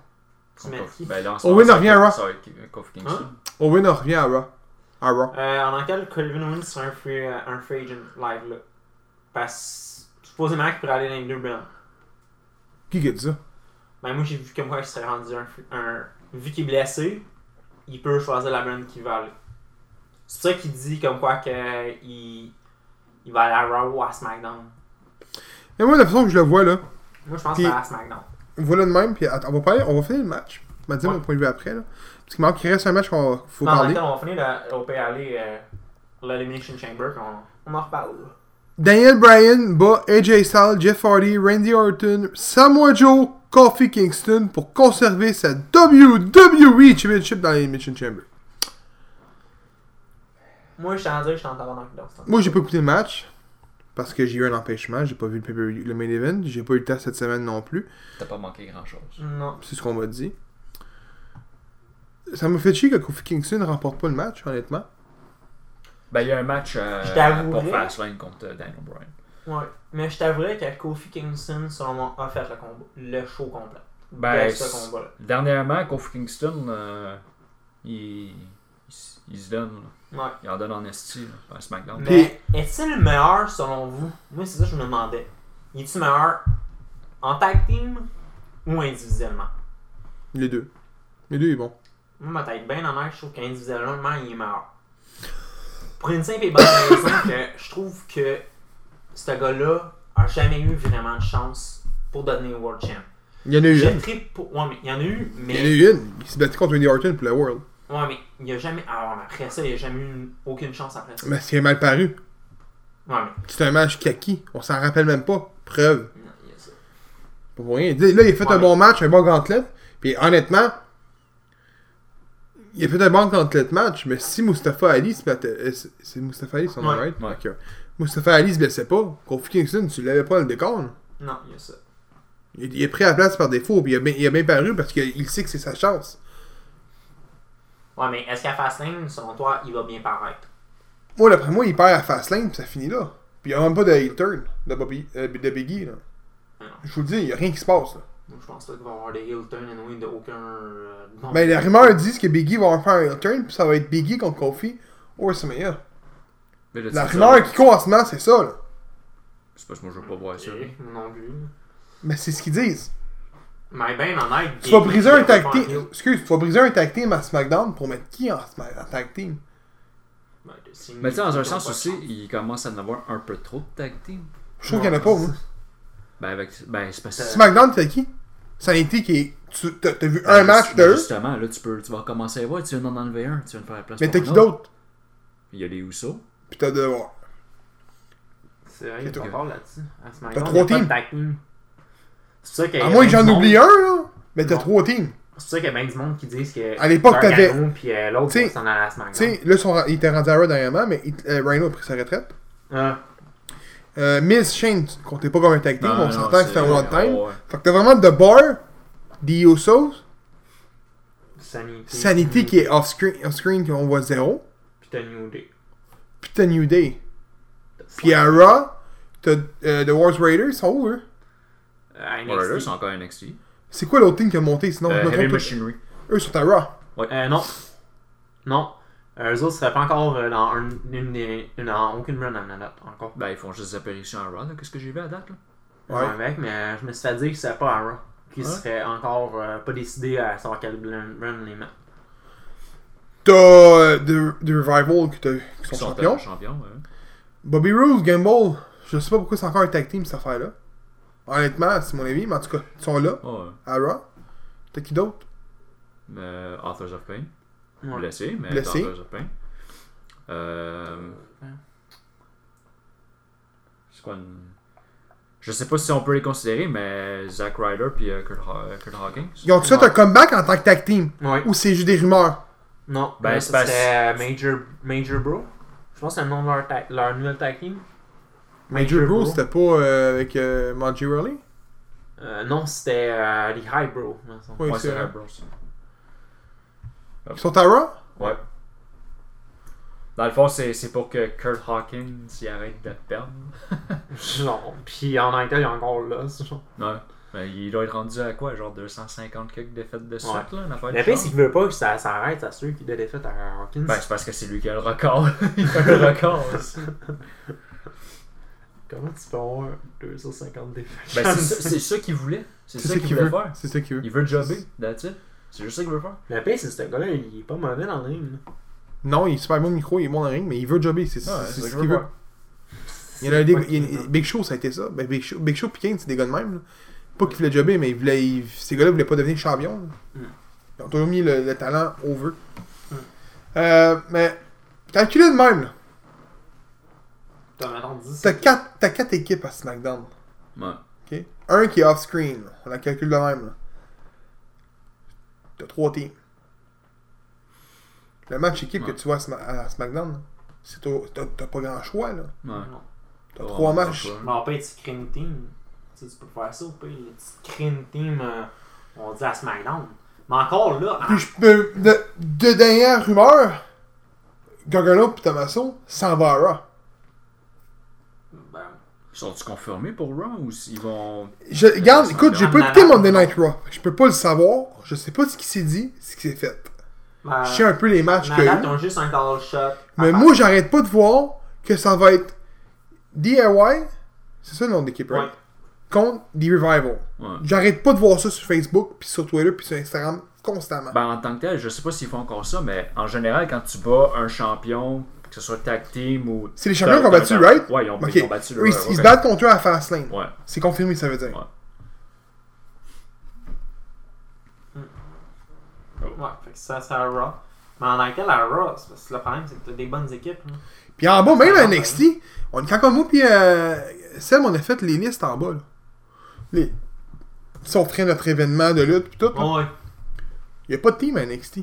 Tu mets qui? Ben, là, en ce Owen moment, ça revient va- à Raw. ça va être euh, Kofi Kingston. Hein? Owen revient à Raw. À Raw. Euh, en tant que tel, Colvin Owens serait un free, euh, un free agent live là. Parce que supposément qu'il pourrait aller dans les deux brands. Qui qui a dit ça? Ben moi j'ai vu que moi il serait rendu un, free- un- Vu qu'il est blessé, il peut choisir la brand qu'il veut aller. C'est pour ça qu'il dit comme quoi que il, il va aller à Raw ou à SmackDown. Mais moi, la façon que je le vois, là, Moi je pense Puis- qu'il va à SmackDown. voilà de même, puis attends, on va parler, on va finir le match. Tu m'as dit Ouais. mon point de vue après, là. Parce qu'il manque, il reste un match qu'on faut non, parler. attends, on va finir le- au PLA, euh, l'Elimination Chamber, puis on, on en reparle. Daniel Bryan bat AJ Styles, Jeff Hardy, Randy Orton, Samoa Joe, Kofi Kingston pour conserver sa WWE Championship dans l'Elimination Chamber. Moi je suis en dire que je suis en tabarnak dans ce temps. Moi, j'ai pas écouté le match. Parce que j'ai eu un empêchement, j'ai pas vu le, pay-per-view- le main event, j'ai pas eu le temps cette semaine non plus. T'as pas manqué grand-chose. Non. C'est ce qu'on m'a dit. Ça me fait chier que Kofi Kingston ne remporte pas le match, honnêtement. Ben, il y a un match euh, Je t'avouerai. pour Fastlane contre euh, Daniel Bryan. Ouais, mais je t'avouerais que Kofi Kingston, selon moi, a fait le, combat, le show complet. Ben, de ce c'est- combat-là. Dernièrement, Kofi Kingston, euh, il, il s- il se donne. là. Ouais. Il en donne en esti, là, à SmackDown. Mais est-il le meilleur selon vous Moi, c'est ça que je me demandais. Il est-il meilleur en tag team ou individuellement Les deux. Les deux, il est bon. Moi, ma tête bien en je trouve qu'individuellement, il est meilleur. Pour une simple et bonne raison que je trouve que ce gars-là a jamais eu vraiment de chance pour devenir World Champ. Il y en a eu Je une. tripe pour. Ouais, mais il y en a eu, mais. Il y en a eu une. Il s'est battu contre Randy Orton pour la World. Ouais, mais il a jamais. Ah, ouais, mais après ça, il a jamais eu une- aucune chance après ça. Mais c'est mal paru. Ouais, mais. C'est un match kaki. On s'en rappelle même pas. Preuve. non, il y a ça. Pas pour rien. Là, il a fait Ouais. un bon match, un bon gauntlet. Puis honnêtement, il a fait un bon gauntlet match. Mais si Mustafa Ali se battait. euh, c'est- C'est Mustafa Ali son nom, Ouais. right? Ouais. Ok. Mustafa Ali se blessait pas. Kofi Kingston, tu l'avais pas dans le décor. là. Non, il y a ça. Il, il est pris à la place par défaut. Puis il a bien, il a bien paru parce qu'il sait que c'est sa chance. Ouais, mais est-ce qu'à Fastlane, selon toi, il va bien paraître Moi, d'après moi, il perd à Fastlane, puis ça finit là. Puis il n'y a même pas de heel turn de, Bobby, euh, de Biggie, là. Non. Je vous le dis, il n'y a rien qui se passe, là. Moi, je pense pas qu'il va y avoir des heel turn anyway de aucun. euh, non. Mais Ben, les rumeurs disent que Biggie va en faire un heel turn, puis ça va être Biggie contre Kofi ou WrestleMania. Mais là, La tu sais ça, rumeur qui court en ce moment, c'est ça, là. C'est parce que moi, je veux pas voir ça. là. Ok, non plus. Mais c'est ce qu'ils disent. Mais ben en aide. Tu vas briser un tag tactique. team. Excuse, tu vas briser un tag team à SmackDown pour mettre qui en, Sma- en tag team Ben, Mais tu sais, dans un sens aussi, il commence à en avoir un peu trop de tag team. Je trouve qu'il n'y en a pas, moi. Ben, avec... ben c'est parce que. SmackDown, t'as qui Ça a été qui est. tu- T'as t'as vu Ben, un match ju- d'eux, Justement, là, tu, peux, tu vas commencer à voir, tu viens d'en enlever un, tu viens de faire la place. mais pour t'as un qui autre. d'autre Il y a les Usos. Puis t'as de voir. C'est vrai, il est C'est pas tout. fort là-dessus. À ce T'as moment-là, il y a trois pas de teams. tag team. C'est ça qu'il y a À moins que bien j'en du oublie monde- un, là. Mais t'as Non. trois teams. C'est ça qu'il y a bien du monde qui disent que. À l'époque, t'avais- Gargano Puis euh, l'autre, T'sais- va s'en aller à SmackDown. Tu sais, là, ils sont- il était rendu à Raw dernièrement, mais il- euh, Rhino a pris sa retraite. Ah, Euh, Miz, Shane, tu comptais pas comme un tag team, Non, on non, s'entend que c'est un c'est- one time. ouais. Mhm. Fait que t'as vraiment The Bar, The Usos, Sanity. Sanity qui est off-screen, off-screen qu'on voit zéro, Puis t'as New Day. puis t'as New Day. Puis euh, à Raw, t'as euh, The Wars Raiders, ils sont où eux? Euh, NXT. Warriors, hein. c'est encore NXT. C'est quoi l'autre team qui a monté sinon? Euh, je me Heavy trompe pas. Machinery. Eux sont à Raw. Euh, non. Non. Euh, eux autres seraient pas encore euh, dans un- une, des- une- dans aucune run à la date, encore. Ben, ils font juste des apparitions à Raw, là. Qu'est-ce que j'ai vu à date, là? Ouais. Ouais, mec, mais euh, je me suis fait dire que c'était pas à Raw. Qu'ils Ouais. seraient encore euh, pas décidés à savoir quel run run les mettre. T'as euh, The, The Revival qui, t'a- qui sont Ils sont champions. euh, champions, ouais. Bobby Roode, Gamble, je sais pas pourquoi c'est encore un tag team cette affaire-là. Honnêtement, c'est mon avis, mais en tout cas, ils sont là, Ouais, ouais. à Raw. T'as qui d'autre? Euh, Authors of Pain. Ouais. Blessé, mais Blessé. Authors of Pain. Euh... C'est quoi une... Je sais pas si on peut les considérer, mais Zack Ryder puis euh, Kurt, Haw- Kurt Hawkins. Ils ont-tu fait Ouais. un comeback en tant que tag team? Ouais. Ou c'est juste des rumeurs? Non, Ben, ben, c'est parce- c'était euh, Major, Major Bro. Je pense que c'est le nom de leur, ta- leur nouvelle tag team. Major Bro, Bro. c'était pas euh, avec euh, Margie Raleigh? Euh, non, c'était euh, les High Bro. me semble. Oui, Ouais, c'est c'est vrai. Ryder Bros. Ils sont à Raw? Ouais. Dans le fond, c'est c'est pour que Kurt Hawkins y arrête de perdre. Genre, pis en même temps, il est encore là. c'est genre. Ouais. Ben, il doit être rendu à quoi Genre 250 quelques défaites de suite, là, une affaire Le du pire, genre? c'est qu'il veut pas que ça s'arrête à ceux qui de défaite à Hawkins. Ben, c'est parce que c'est lui qui a le record. il a le record aussi. Comment tu peux avoir 250 défaites Ben, c'est ça- c'est ça qu'il voulait. C'est C'est ça ça qu'il qu'il voulait veut. faire. C'est ça qu'il veut. Il veut jobber, that's it. C'est juste ça qu'il veut faire. Le pire, c'est que ce gars-là, il est pas mauvais dans le ring. là. Non, il est super bon au micro, il est bon dans le ring, mais il veut jobber, c'est Ouais, c'est- Ah, c'est c'est ça ce qu'il qu'il veut veut. faire. Il y en a des- Ouais. il y en a- Big Show, ça a été ça. Ben, Big Show, Big Show pis Kane, c'est des gars de même. là. Pas qu'ils voulaient jobber, mais ils voulaient, ils- ces gars-là voulaient pas devenir champions. là. Mm. Ils ont toujours mis le, le talent au vœu. Mm. Hmm. Euh, mais calculé de même, là. T'as maintenant 10. T'as quatre, t'as quatre équipes à SmackDown. Ouais. ok? Un qui est off-screen. là. On la calcule de même. là. T'as trois teams. Le match équipe Ouais. que tu vois à, Sma- à SmackDown, là, c'est au- t'as t'as pas grand choix. là. Ouais. Non. T'as Ouais, trois on va matchs. pas. Mais on peut être screen team. Tu sais, tu peux faire ça au pire. Le petit screen team, euh, on dit à SmackDown. Mais encore là, à- Puis je peux. De, de dernière rumeur, Gargano pis Tommaso s'en va à Raw. ben, Sont-ils confirmés pour Raw ou ils vont. Je, regarde, écoute, j'ai pas écouté Malade. Monday Night Raw. Je peux pas le savoir. Je sais pas ce qui s'est dit, ce qui s'est fait. ben, Ah. Je sais un peu les matchs mais qu'il y là, a eu. t'as juste un call shot. Ah, Mais Enfin, moi, j'arrête pas de voir que ça va être DIY, c'est ça le nom d'équipe, right? ah, Ouais. Contre The Revival. Ouais. J'arrête pas de voir ça sur Facebook, puis sur Twitter, puis sur Instagram constamment. Ben, en tant que tel, je sais pas s'ils font encore ça, mais en général, quand tu bats un champion, que ce soit tag team ou. C'est les champions T'as- qui ont t'as- battu, t'as- right? Ouais, ils ont, Ok. ils ont battu le Eux, ils, Royal ils se Rumble. battent contre eux à Fastlane. Ouais. C'est confirmé, ça veut dire. Ouais. Ouais, fait que ça, c'est à Raw. Mais en laquelle à Raw, c'est parce que le problème, c'est que t'as des bonnes équipes. hein. Puis en bas, même Ouais, à NXT, on, quand comme moi, puis euh, Sam, on a fait les listes en bas. Là. Les... Si on ferait notre événement de lutte, puis tout, il Ouais, n'y a pas de team à NXT.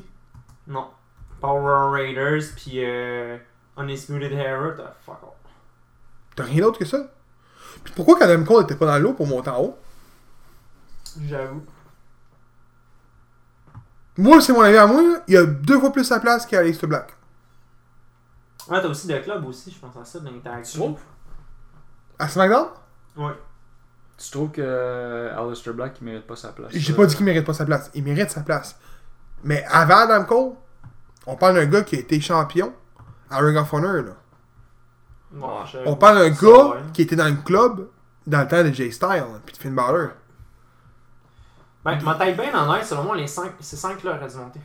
non. Power Raiders, puis euh, Undisputed Era, t'as fuck off. T'as rien d'autre que ça. Puis pourquoi quand Adam Cole était pas dans l'eau pour monter en haut J'avoue. Moi, c'est mon avis à moi, là, il y a deux fois plus sa place qu'Alex Black. Ouais, t'as aussi des clubs aussi, je pense à ça, dans les tag Tu trouves À SmackDown Ouais. Tu trouves que euh, Aleister Black il mérite pas sa place? J'ai euh, pas dit qu'il mérite pas sa place. Il mérite sa place. Mais avant Adam Cole, on parle d'un gars qui a été champion à Ring of Honor. Là. Bon, je- On parle d'un Euh, ça, gars ouais. qui était dans le club dans le temps de Jay Styles puis de Finn Balor. Ben, ma taille bien en l'air, selon moi, les 5, ces 5-là auraient dû monter.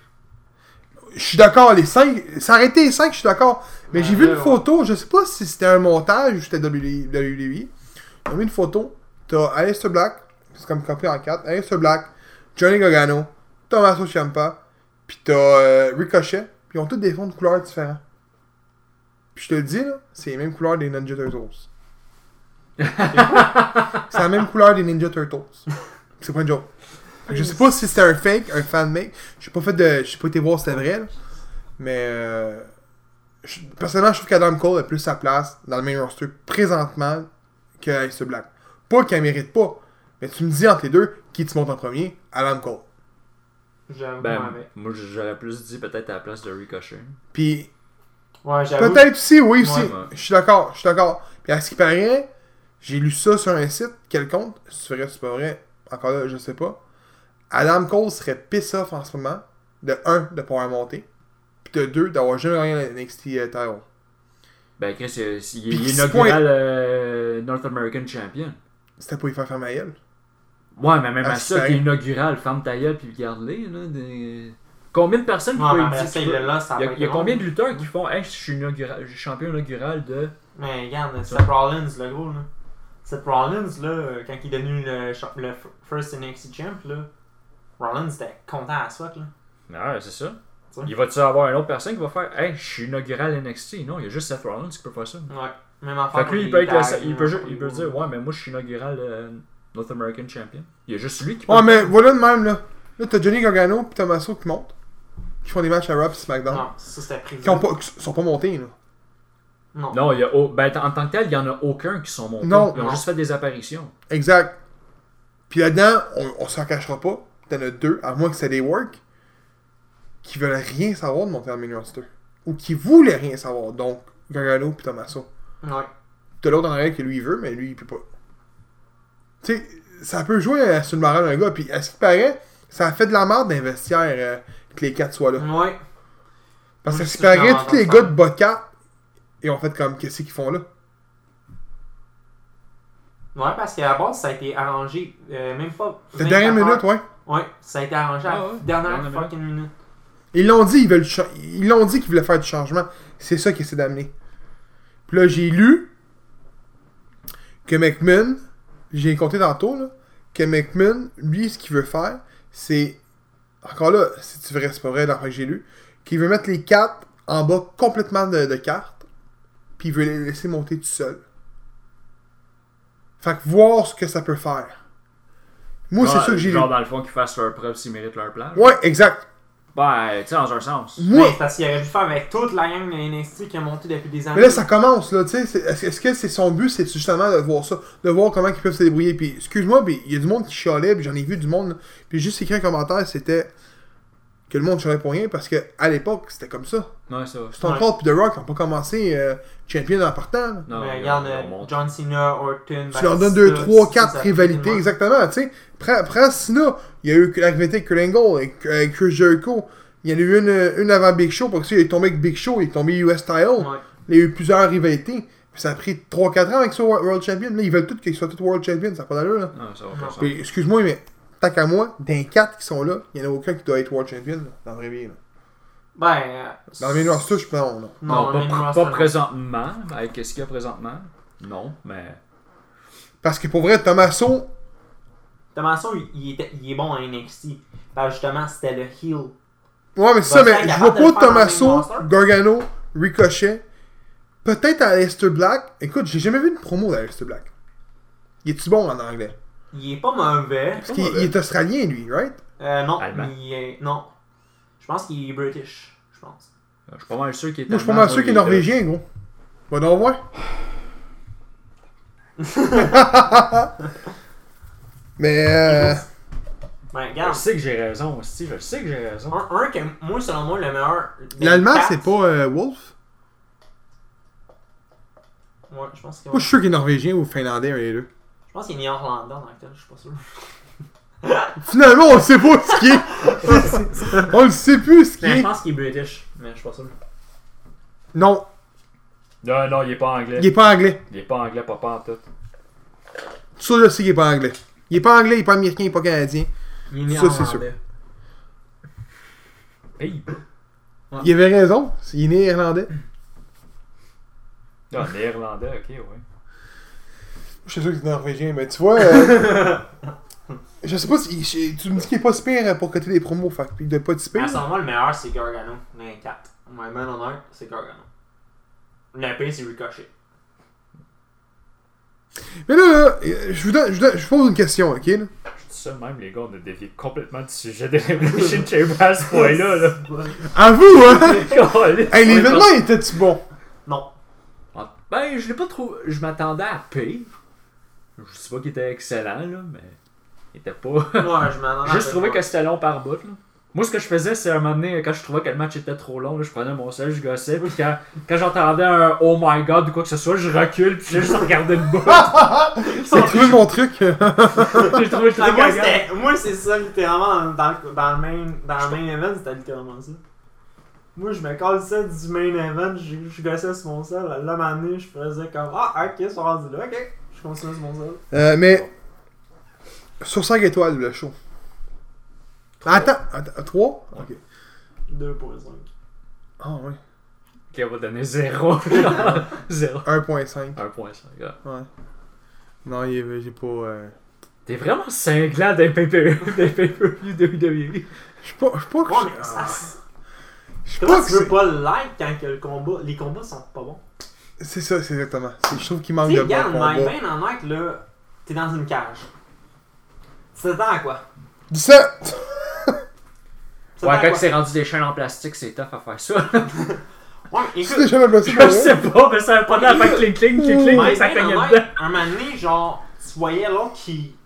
Je suis d'accord, les 5. Ça aurait été les 5, je suis d'accord. Mais Ouais, j'ai vu ouais, une ouais. photo, je sais pas si c'était un montage ou c'était WWE. Ils ont mis une photo. T'as Aleister Black, c'est comme copié en 4. Aleister Black, Johnny Gargano, Tommaso Ciampa, puis t'as euh, Ricochet. Puis ils ont tous des fonds de couleurs différents. Puis je te le dis, là, c'est les mêmes couleurs des Ninja Turtles. c'est la même couleur des Ninja Turtles. C'est pas une joke. Fait que Je sais pas si c'était un fake, un fan-make. J'ai pas fait de. J'ai pas été voir si c'était vrai, là. Mais. euh, je- personnellement, je trouve qu'Adam Cole a plus sa place dans le main roster présentement que Aleister Black. Pas qu'il en mérite pas, mais tu me dis entre les deux, qui tu montes en premier Adam Cole. J'avoue, Ben, ouais, moi j'aurais plus dit peut-être à la place de Ricochet. Puis mais- Ouais, j'avoue. peut-être aussi, oui, aussi. Ouais, ouais. Je suis d'accord, je suis d'accord. Puis à ce qui paraît, j'ai lu ça sur un site quelconque, si c'est vrai, si c'est pas vrai, encore là, je sais pas. Adam Cole serait piss-off en ce moment, de 1, de pouvoir monter, puis de 2, d'avoir jamais gagné la NXT euh, title. Ben, Chris, il, est- il, Puis est six inaugural euh, North American Champion. C'était pour y faire faire ma gueule. Ouais, mais même Ah, à c'est ça, pareil. t'es inaugural, ferme ta gueule puis garde-les. là, des- Combien de personnes qui Ouais, mais peuvent après dire ça, ça? il est là, ça Il y va a, être il y a long. combien de lutteurs qui font Hey, je suis inaugural, je suis champion inaugural de. Mais regarde, Seth Rollins, le gros, là. Seth Rollins, là, euh, quand il est devenu le, cha- le f- first NXT champ, là, Rollins était content à soi, là. Ah, c'est ça. Tu sais. Il va-tu avoir une autre personne qui va faire Hey, je suis inaugural NXT Non, il y a juste Seth Rollins qui peut faire ça. Ouais. Même en Fait que lui, il peut, être le- il peut ju- il peut dire Ouais, mais moi, je suis inaugural euh, North American Champion. Il y a juste lui qui peut. Ouais, mais voilà de même, là. Là, t'as Johnny Gargano puis Tommaso qui montent, qui font des matchs à Raw et SmackDown. Non, ça c'était prévu. Qui, ont pas, qui sont pas montés, là. Non. Non, il y a, au- ben, en tant que tel, il n'y en a aucun qui sont montés. Non. Ils ont Non. juste fait des apparitions. Exact. Puis là-dedans, on, on s'en cachera pas. T'en as deux, à moins que c'est des work, qui veulent rien savoir de monter en main roster. Ou qui voulaient rien savoir. Donc, Gargano puis Tommaso. Ouais. T'as l'autre en arrière que lui il veut, mais lui il peut pas. Tu sais, ça peut jouer euh, sur le moral d'un gars. Puis à ce qui paraît, ça a fait de la merde d'investir euh, que les quatre soient là. Ouais. Parce que ce qui Moi, je suis paraît, vraiment tous les d'accord. gars de Boca, ils ont fait comme, qu'est-ce qu'ils font là? Ouais, parce qu'à la base, ça a été arrangé, euh, même pas. La dernière 24 minute, heures. ouais. Ouais, ça a été arrangé à Ah la ouais, dernière dernière fucking minute. Ils l'ont dit, ils veulent cha- ils l'ont dit qu'ils voulaient faire du changement. C'est ça qu'ils essaient d'amener. Puis là, j'ai lu que McMahon, j'ai compté tantôt, là, que McMahon, lui, ce qu'il veut faire, c'est. Encore là, si tu vrai, c'est pas vrai, dans que j'ai lu, qu'il veut mettre les cartes en bas complètement de, de cartes, puis il veut les laisser monter tout seul. Fait que voir ce que ça peut faire. Moi, c'est Genre- ça que j'ai lu. Genre, dans le fond, qu'ils fassent leur preuve s'ils méritent leur place. Ouais, exact. Ben, tu sais, dans un sens. Moi, Mais c'est parce qu'il aurait dû faire avec toute la gang de NXT qui a monté depuis des années. Mais là, ça commence, là, tu sais. c'est- Est-ce est-ce que c'est son but, c'est justement de voir ça, de voir comment ils peuvent se débrouiller. Puis, excuse-moi, mais il y a du monde qui chialait, puis j'en ai vu du monde. Puis, juste écrit un commentaire, c'était que le monde chialait pour rien, parce que à l'époque, c'était comme ça. Non, ça va. Stone Ouais. Cold puis The Rock n'ont pas commencé euh, champion en partant. là. Non, mais ils regarde, ont- euh, ils ont monté. John Cena, Orton, Tu leur donnes Batista, 2, 3, tout 4 Ben, ça, rivalités, tout exactement, tu sais. Prends, prends Cena, il y a eu la rivalité avec Kurt Angle, avec, avec Chris Jericho. Il y en a eu une, une avant Big Show, parce qu'il est tombé avec Big Show, il est tombé US Style. le monde. Ouais. Il y a eu plusieurs rivalités. Puis ça a pris 3-4 ans avec ça, Wor- World Champion. Là, ils veulent tous qu'ils soient tous World Champion, ça n'a pas d'allure. Là. Non, ça va Non. pas. ça. Puis, excuse-moi, mais tant qu'à moi, d'un 4 qui sont là, il n'y en a aucun qui doit être World Champion là, dans le vrai vie. là. Ben. euh, Dans le main roster, je peux non, non. Non, Non, pas, mais pr- non, pas ça- présentement, avec ce qu'il y a présentement. Non, mais. Parce que pour vrai, Tommaso, Tommaso, il, il était- il est bon à NXT. Parce que Ben, justement, c'était le heel. ouais, mais c'est ça, Ben, c'est mais je vois capable de pas le faire dans le main Tommaso, roster. Gargano, Ricochet, peut-être Aleister Black. Écoute, j'ai jamais vu une promo d'Aleister Black. Il est-tu bon en anglais? Il est pas mauvais. Parce qu'il il est australien, lui, right? Euh, non, Allemand. il est. Non. Je pense qu'il est British. Je pense. euh, Je suis pas mal sûr qu'il est. Moi, je suis pas allemand, mal sûr qu'il est moi, il norvégien, gros. Va donc voir. Mais euh, Ben, euh, Je regarde. sais que j'ai raison, aussi. Je sais que j'ai raison. Un, un que, moi, selon moi, le meilleur. des l'allemand, quatre- c'est pas euh, Wolf. Ouais, je pense Moi, je que ouais. suis sûr qu'il est norvégien ou finlandais, un des deux. Je pense qu'il est néerlandais en actuel, je suis pas sûr. Finalement, on sait pas ce qui est. on le sait plus ce qui Mais Ben, je est. pense qu'il est british, mais je suis pas sûr. Non, Non, non, il est pas anglais. il est pas anglais. Il est pas anglais, pas pantoute. Ça, je sais qu'il est pas anglais. Il est pas anglais, il est pas américain, il est pas canadien. Il est Ça, néerlandais. c'est sûr. Hey! Il avait raison, il est né irlandais. Non, néerlandais, ok, ouais. Je suis sûr qu'il est norvégien, mais tu vois. euh, je sais pas si. je- Tu me dis qu'il est pas si pire pour côté des promos, fait qu'il doit pas être si À pire. ce moment, le meilleur, c'est Gargano. Mais 4. My man on Earth, c'est Gargano. Le pire, c'est Ricochet. Mais là, là, euh, je vous, donne- je vous donne- je vous pose une question, ok? là? Je dis ça de même, les gars, on a dévié complètement du sujet de Revolution Chamber à ce point-là. Là. À vous, hein! Caliste. Hey, l'événement était-tu bon? Non. Ah, Ben, je l'ai pas trouvé. Je m'attendais à pire. Je sais pas qu'il était excellent, là, mais. Il était pas. Moi, je m'en Juste trouvé que c'était long par bout, là. Moi, ce que je faisais, c'est à un moment donné, quand je trouvais que le match était trop long, là, je prenais mon sel, je gossais, puis quand, quand j'entendais un Oh my god ou quoi que ce soit, je recule, puis je juste regardais le bas. T'as trouvé mon truc? Euh, J'ai trouvé le truc Ah, moi, gagnant. c'était- moi, c'est ça, littéralement, dans, dans- dans le main, dans le main event, c'était littéralement ça. Moi, je me colle ça du main event, je, je gossais sur mon sel. Là, mané, je faisais comme Ah, ok, ils sont rendus là, ok. Je continue sur mon sel. Euh, mais. Sur 5 étoiles, le show. Attends, attends, 3? Ok. 2.5. Ah, ouais. Ok, on va donner 0. 0. 1.5. 1.5, gars. Ouais. Non, il est- j'ai pas. euh, T'es vraiment cinglant d'un PPE, d'un PPE Je WWE. suis pas. Je suis pas. Ouais, mais ça. c'est- Je suis pas. Comment euh, que tu veux c'est- pas le like quand que le combat, les combats sont pas bons? C'est ça, c'est exactement. C'est- Je trouve qu'il manque Tu sais, de bons regarde, combats. hein. My Man ben en acte, là, t'es dans une cage. Tu t'attends à quoi? Dis ça! Tu t'attends Ouais, à quand quoi? c'est rendu des chaînes en plastique, c'est tough à faire ça. Ouais, mais Tu t'es écoute, jamais blessé Je sais pas, mais ça avait pas l'air fait cling cling cling My cling, My ça Man ben cognait en dedans. acte, un moment donné, genre, tu voyais l'autre qui.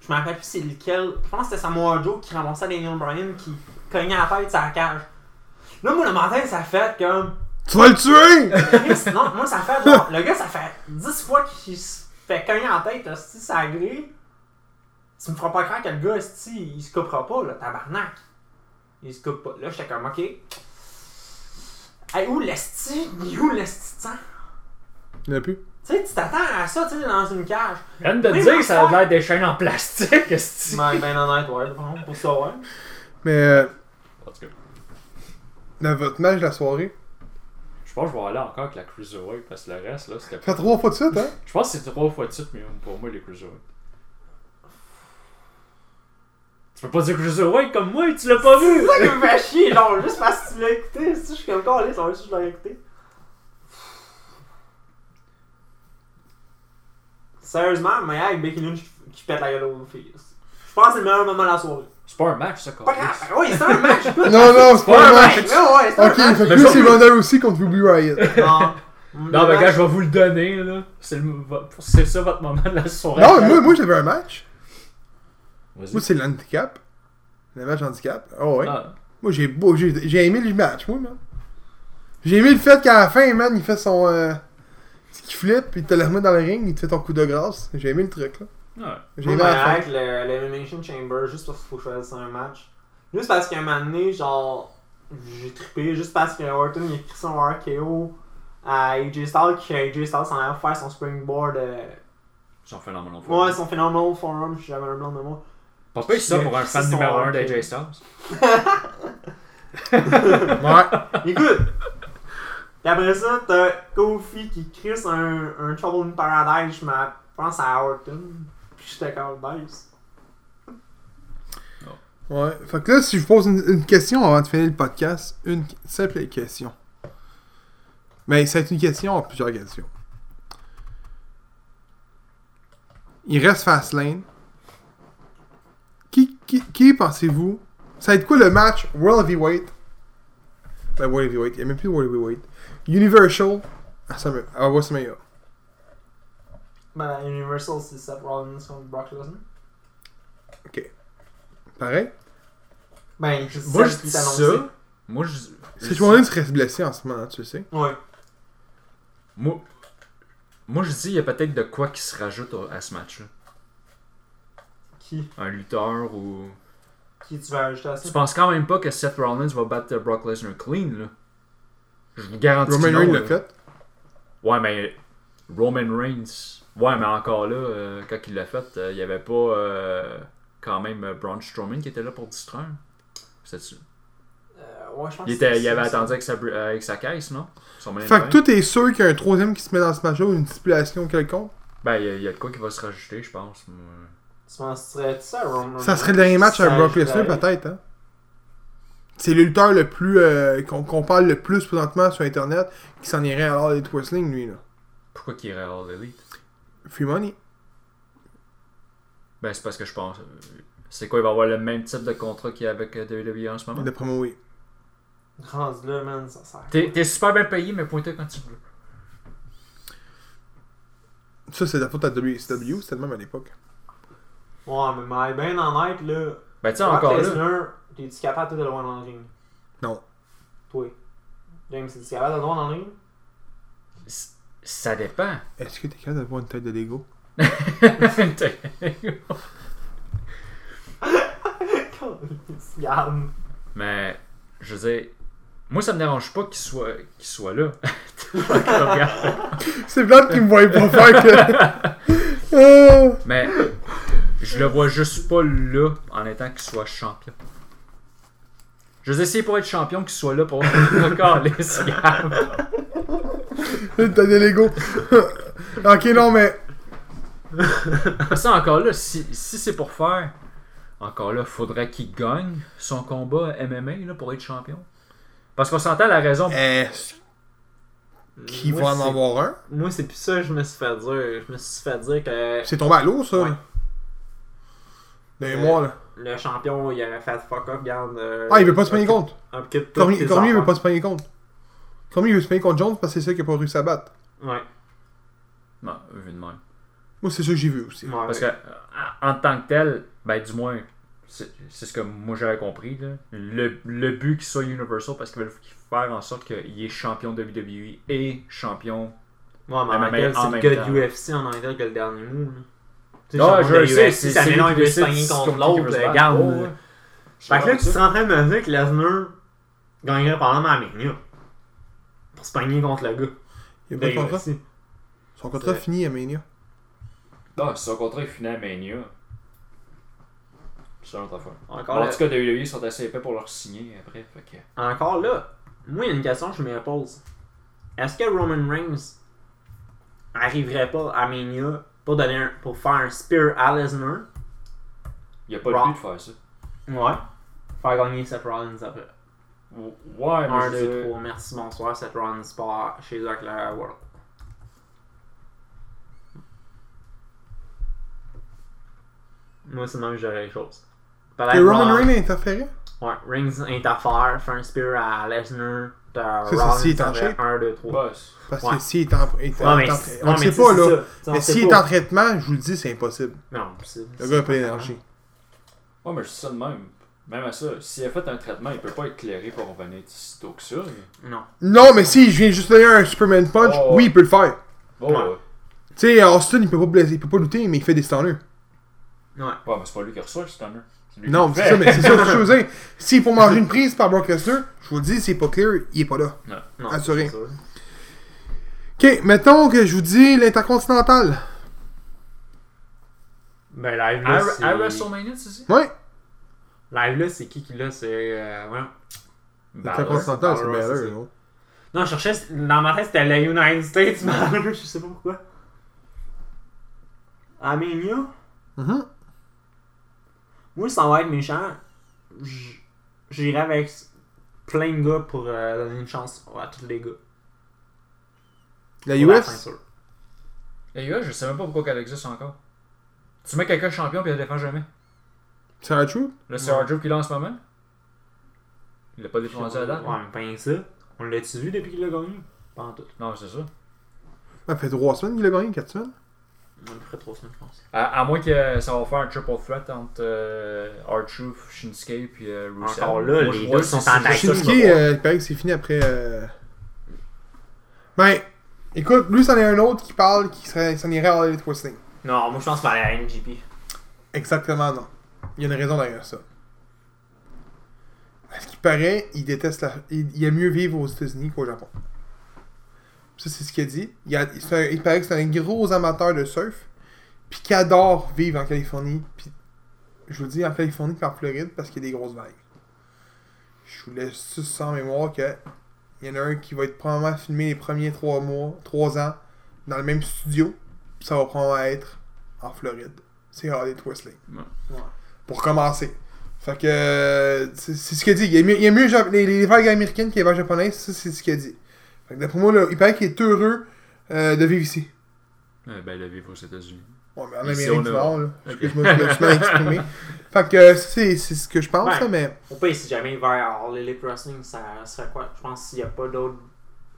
Je me rappelle plus c'est lequel. Je pense que c'était Samoa Joe qui ramassait Daniel Bryan qui cognait la tête sur la cage. Là, moi, le matin, ça fait comme. Tu vas le tuer! Chris, non, moi, ça fait genre. Le gars, ça fait 10 fois qu'il se fait cogner en tête, si ça grille. Tu me feras pas croire que le gars, hostie, il se coupera pas, là, tabarnak. Il se coupe pas. Là, j'étais comme, ok. Hey, où l'esti Il est où l'esti de sang? Il n'y en a plus. Tu sais, tu t'attends à ça, tu sais, dans une cage. Viens de Oui, dire mais que ça a ça- l'air des chaînes en plastique, qu'est-ce que Ben, ben honnête, ouais, par exemple, pour ça, ouais. Mais. Euh, tu- dans votre match de la soirée. Je pense que je vais aller encore avec la Cruiserweight parce que le reste, là, c'était. Ça fait trois fois de suite, hein? Je pense que c'est trois fois de suite, mais pour moi, les Cruiserweight. Tu peux pas dire Cruiserweight comme moi, tu l'as pas vu! C'est ça qui me fait chier, genre, juste parce que tu l'as écouté. Si je suis comme, allez, ça va juste je l'ai écouté. Sérieusement, mais avec Becky Lynch qui- qui pète la gueule aux filles. Je pense que c'est le meilleur moment de la soirée. C'est pas un match, ça, quand Pas grave, oui, c'est un match, oh, écoute. Non, non, c'est pas un Ouais, match! ouais, ouais, c'est un Ok, match. fait que lui, c'est Ronda aussi contre Ruby Riot. Non, Non, mais Le gars, je vais vous le donner, là. C'est le- vo- c'est ça votre moment de la soirée. Non, mais moi, moi j'avais un match. Vas-y. Moi, c'est l'handicap. Le match handicap. Oh, ouais. Ah, Moi, j'ai beau- j'ai j'ai aimé le match, moi, man. J'ai aimé le fait qu'à la fin, man, il fait son. Euh, qui flippe, puis il te le remet dans le ring, il te fait ton coup de grâce. J'ai aimé le truc, là. ouais. J'ai Moi, aimé la fin. avec le l'Elimination Chamber, juste parce qu'il faut que je fasse un match. Juste parce qu'à un moment donné, genre, j'ai trippé, juste parce que Orton il a écrit son RKO à AJ Styles, qui AJ Styles s'en allait faire son springboard. euh, J'en fais dans mon Ouais, son phenomenal forum, si j'avais un blanc de moi. Pas pire ça pour un fan numéro 1 Ils sont- d'AJ Styles. Ouais. Écoute! Puis après ça, t'as Kofi qui crisse un, un Trouble in Paradise, je me pense à Orton. Puis j'étais comme nice. Ouais. Fait que là, si je vous pose une, une question avant de finir le podcast, une simple question. Ben, Mais c'est une question en plusieurs questions. Il reste Fastlane. Qui, qui, qui pensez-vous Ça va être quoi le match World Heavyweight Ben, World Heavyweight, il n'y a même plus de World Heavyweight. Universal Ah, à Summer- à WrestleMania. Ben, Universal, c'est Seth Rollins contre Brock Lesnar. Pareil. Ben, c'est Moi, celle je qui dis est ça. annoncée. Moi, je. Seth je- Rollins reste blessé en ce moment, tu le sais. Ouais. Moi, moi, je dis, il y a peut-être de quoi qui se rajoute au- à ce match-là. Qui un lutteur ou. Qui tu vas ajouter à ça Tu penses quand même pas que Seth Rollins va battre Brock Lesnar clean, là Je vous garantis que Roman non, Reigns là. l'a fait. Ouais, mais Roman Reigns. Ouais, mais encore là, euh, quand il l'a fait, euh, il n'y avait pas euh, quand même euh, Braun Strowman qui était là pour distraire. C'était-tu- Euh, ouais, je pense Il, que c'est était, il ça, avait ça. attendu avec sa, br- euh, avec sa caisse, non Son Ben main Fait event. que toi, t'es sûr qu'il y a un troisième qui se met dans ce match-là ou une stipulation quelconque Ben, il y, a- il y a de quoi qui va se rajouter, je pense. moi. Tu penserais-tu ça, Roman Ça serait le dernier match à Ça Brock ajouterait- Lesnar, peut-être, hein C'est le lutteur le plus. euh, qu'on qu'on parle le plus présentement sur Internet qui s'en irait à l'heure des Wrestling, lui, là. Pourquoi qu'il irait à All Elite Free Money. Ben, c'est parce que je pense. euh, C'est quoi, il va avoir le même type de contrat qu'il y a avec euh, WWE en ce moment D'après moi, oui. Rendu là, man, ça sert. T'es t'es super bien payé, mais pointe quand tu veux. Ça, c'est de la faute à WCW, c'était le même à l'époque. Ouais, mais mais ben honnête, là. Ben, tu sais, Brock encore là. Lesnar, t'es-tu capable toi, de le voir dans le ring? Non. Toi. James, t'es-tu capable de le voir dans le ring? c- Ça dépend. Est-ce que t'es capable d'avoir une tête de Lego Regarde. mais, je veux dire, moi, ça me dérange pas qu'il soit, qu'il soit là. Regarde. C'est plate qu'ils me voient pas faire que. Euh, mais, je le vois juste pas là en étant qu'il soit champion. Je veux essayer pour être champion qu'il soit là pour encore les une tête de Lego. ok, non, mais. Ça, encore là, si, si c'est pour faire, encore là, faudrait qu'il gagne son combat MMA là, pour être champion. Parce qu'on s'entend la raison. Euh. Est-ce qu'il Euh, Moi, va en c'est- avoir un Moi, c'est plus ça que je me suis fait dire. Je me suis fait dire que C'est tombé à l'eau, ça. Ouais. là. Donnez Euh, moi, là. le champion, il avait fait fuck off, garde. euh, Ah, il veut pas se payer occupe- contre. occupe tous Cormier, tes Cormier, il veut affaires. pas se payer contre. Cormier, il veut se payer contre Jones parce que c'est ça qu'il a pas réussi à battre. Ouais. Non, vu de même. Moi, c'est ça que j'ai vu aussi. ouais. Parce que, en- en tant que tel, ben, du moins, c'est c'est ce que moi j'avais compris. là. Le, le but qu'il soit Universal, parce qu'ils veulent faire en sorte qu'il est champion de WWE et champion. Ouais, mais Mais en même temps, en c'est le même gars temps. de UFC en anglais que le dernier mot. là. Tu Ah, champion je de le sais, UFC, c'est- ça c'est fait lui non, il qui veut se décide pogner si contre contre qui l'autre, veut se battre. garde. Oh, ouais. Fait que là, tu Ouais. es en train de me dire que Lesnar gagnerait probablement à Mania pour se pogner contre le gars. Il a de pas de contrat. UFC. Son contrat C'est- fini à Mania. Non, son contrat est fini à Mania. C'est un autre affaire. Encore, En là, tout cas, WWE sont assez épais pour leur signer après. Fait que... encore là, moi, il y a une question que je me pose. Est-ce que Roman Reigns arriverait pas à Mania pour, donner un- pour faire un spear à Lesnar Il n'y a pas Raw. le but de faire ça. Ouais. Faire gagner Seth Rollins après. Ou- Ouais, mais 1, je veux 2, dire- 3, merci, bonsoir, Seth Rollins part chez eux avec la World. Moi, c'est même que j'aurais les choses. Peut-être Et Roman Rollins- Reigns a interféré Ouais, Reigns interfère, fait un spear à Lesnar, t'as Ça, c'est Rollins s'il est en après shape. 1, 2, 3. Ouais, c'est- Parce Ouais. que s'il est en. est en- Ouais, mais en- c'est- on le ouais, mais sait c'est pas, ça, là. t'sais, on Mais sait s'il est pas. en traitement, je vous le dis, c'est impossible. Non, c'est. Le gars a pas d'énergie. Ouais, mais je dis ça de même. Même à ça, s'il a fait un traitement, il peut pas être clairé pour revenir si tôt que ça. mais- Non. Non, mais si je viens juste donner un Superman Punch, Oh, ouais. oui, il peut le faire. Oh, ouais. Ouais. ouais. Tu sais, Austin, il peut pas blesser, il peut pas lutter, mais il fait des standards. Ouais. mais c'est pas lui qui reçoit le stunner. C'est lui qui Non, le c'est fait. ça, mais c'est ça que je veux dire. S'il faut manger une prise par Brock Lesnar, je vous le dis, c'est pas clear, il est pas là. Non. Assuré. c'est sûr. Ok, mettons que je vous dis l'intercontinental. Ben, live À, là, à c'est. WrestleMania, tu dis Ouais, Live là, c'est qui qui l'a C'est. euh, voyons. Ben l'intercontinental, c'est Balor, Balor, c'est ça. non? Non, je cherchais. Dans ma tête, c'était la United States, mais je sais pas pourquoi. I mean you. Mhm. Moi, sans va être méchant, j- j'irai avec plein de gars pour euh, donner une chance à tous les gars. La Pour la US? ceinture. Les gars, je sais même pas pourquoi qu'elle existe encore. Tu mets quelqu'un champion puis elle défend jamais. C'est la truth? Là, c'est Arjo qui l'a en ce moment. Il l'a pas défendu à date. hein. Ouais, mais pas rien que ça. On l'a-tu vu depuis qu'il l'a gagné Pas en tout. Non, c'est ça. Ça fait 3 semaines qu'il a gagné, 4 semaines. On le ferait trois semaines, je pense. À, à moins que ça va faire un triple threat entre euh, R-Truth, Shinsuke puis euh, Rusev. Encore là, Moi, je les vois deux si sont c'est en juste Ben, ça que je veux Shinsuke, voir. euh, il paraît que c'est fini après. euh, Ben, écoute, lui, c'en est un autre qui parle qui serait- s'en irait à Elite Wrestling. Non, moi je pense pas à la NGP. Exactement non. Il y a une raison derrière ça. À ce qui paraît, il déteste la... il, il aime mieux vivre aux États-Unis qu'au Japon. Ça, c'est ce qu'il a dit. Il, a- c'est un- il paraît que c'est un gros amateur de surf, puis qu'il adore vivre en Californie. Puis, je vous dis en Californie qu'en Floride parce qu'il y a des grosses vagues. Je vous laisse juste sans mémoire que il y en a un qui va être probablement filmé les premiers trois mois, trois ans, dans le même studio. Puis ça va probablement être en Floride. C'est Harley Twistley. Ouais. Ouais. Pour commencer. Fait que euh, c'est c'est ce qu'il dit. Il y a mieux, il aime mieux Jap- les, les vagues américaines que les vagues japonaises, ça c'est ce qu'il dit. Fait que d'après moi, là, il paraît qu'il est heureux euh, de vivre ici. Euh, ben, le vivre aux États-Unis. Ouais, mais en Ici, Amérique on du a- Nord, là. Ok. Excuse-moi, je me suis mal exprimé. Fait que euh, c'est c'est ce que je pense, Ouais. là, mais. Au pire, si jamais il va à All Elite Wrestling, ça serait quoi Je pense qu'il n'y a pas d'autres.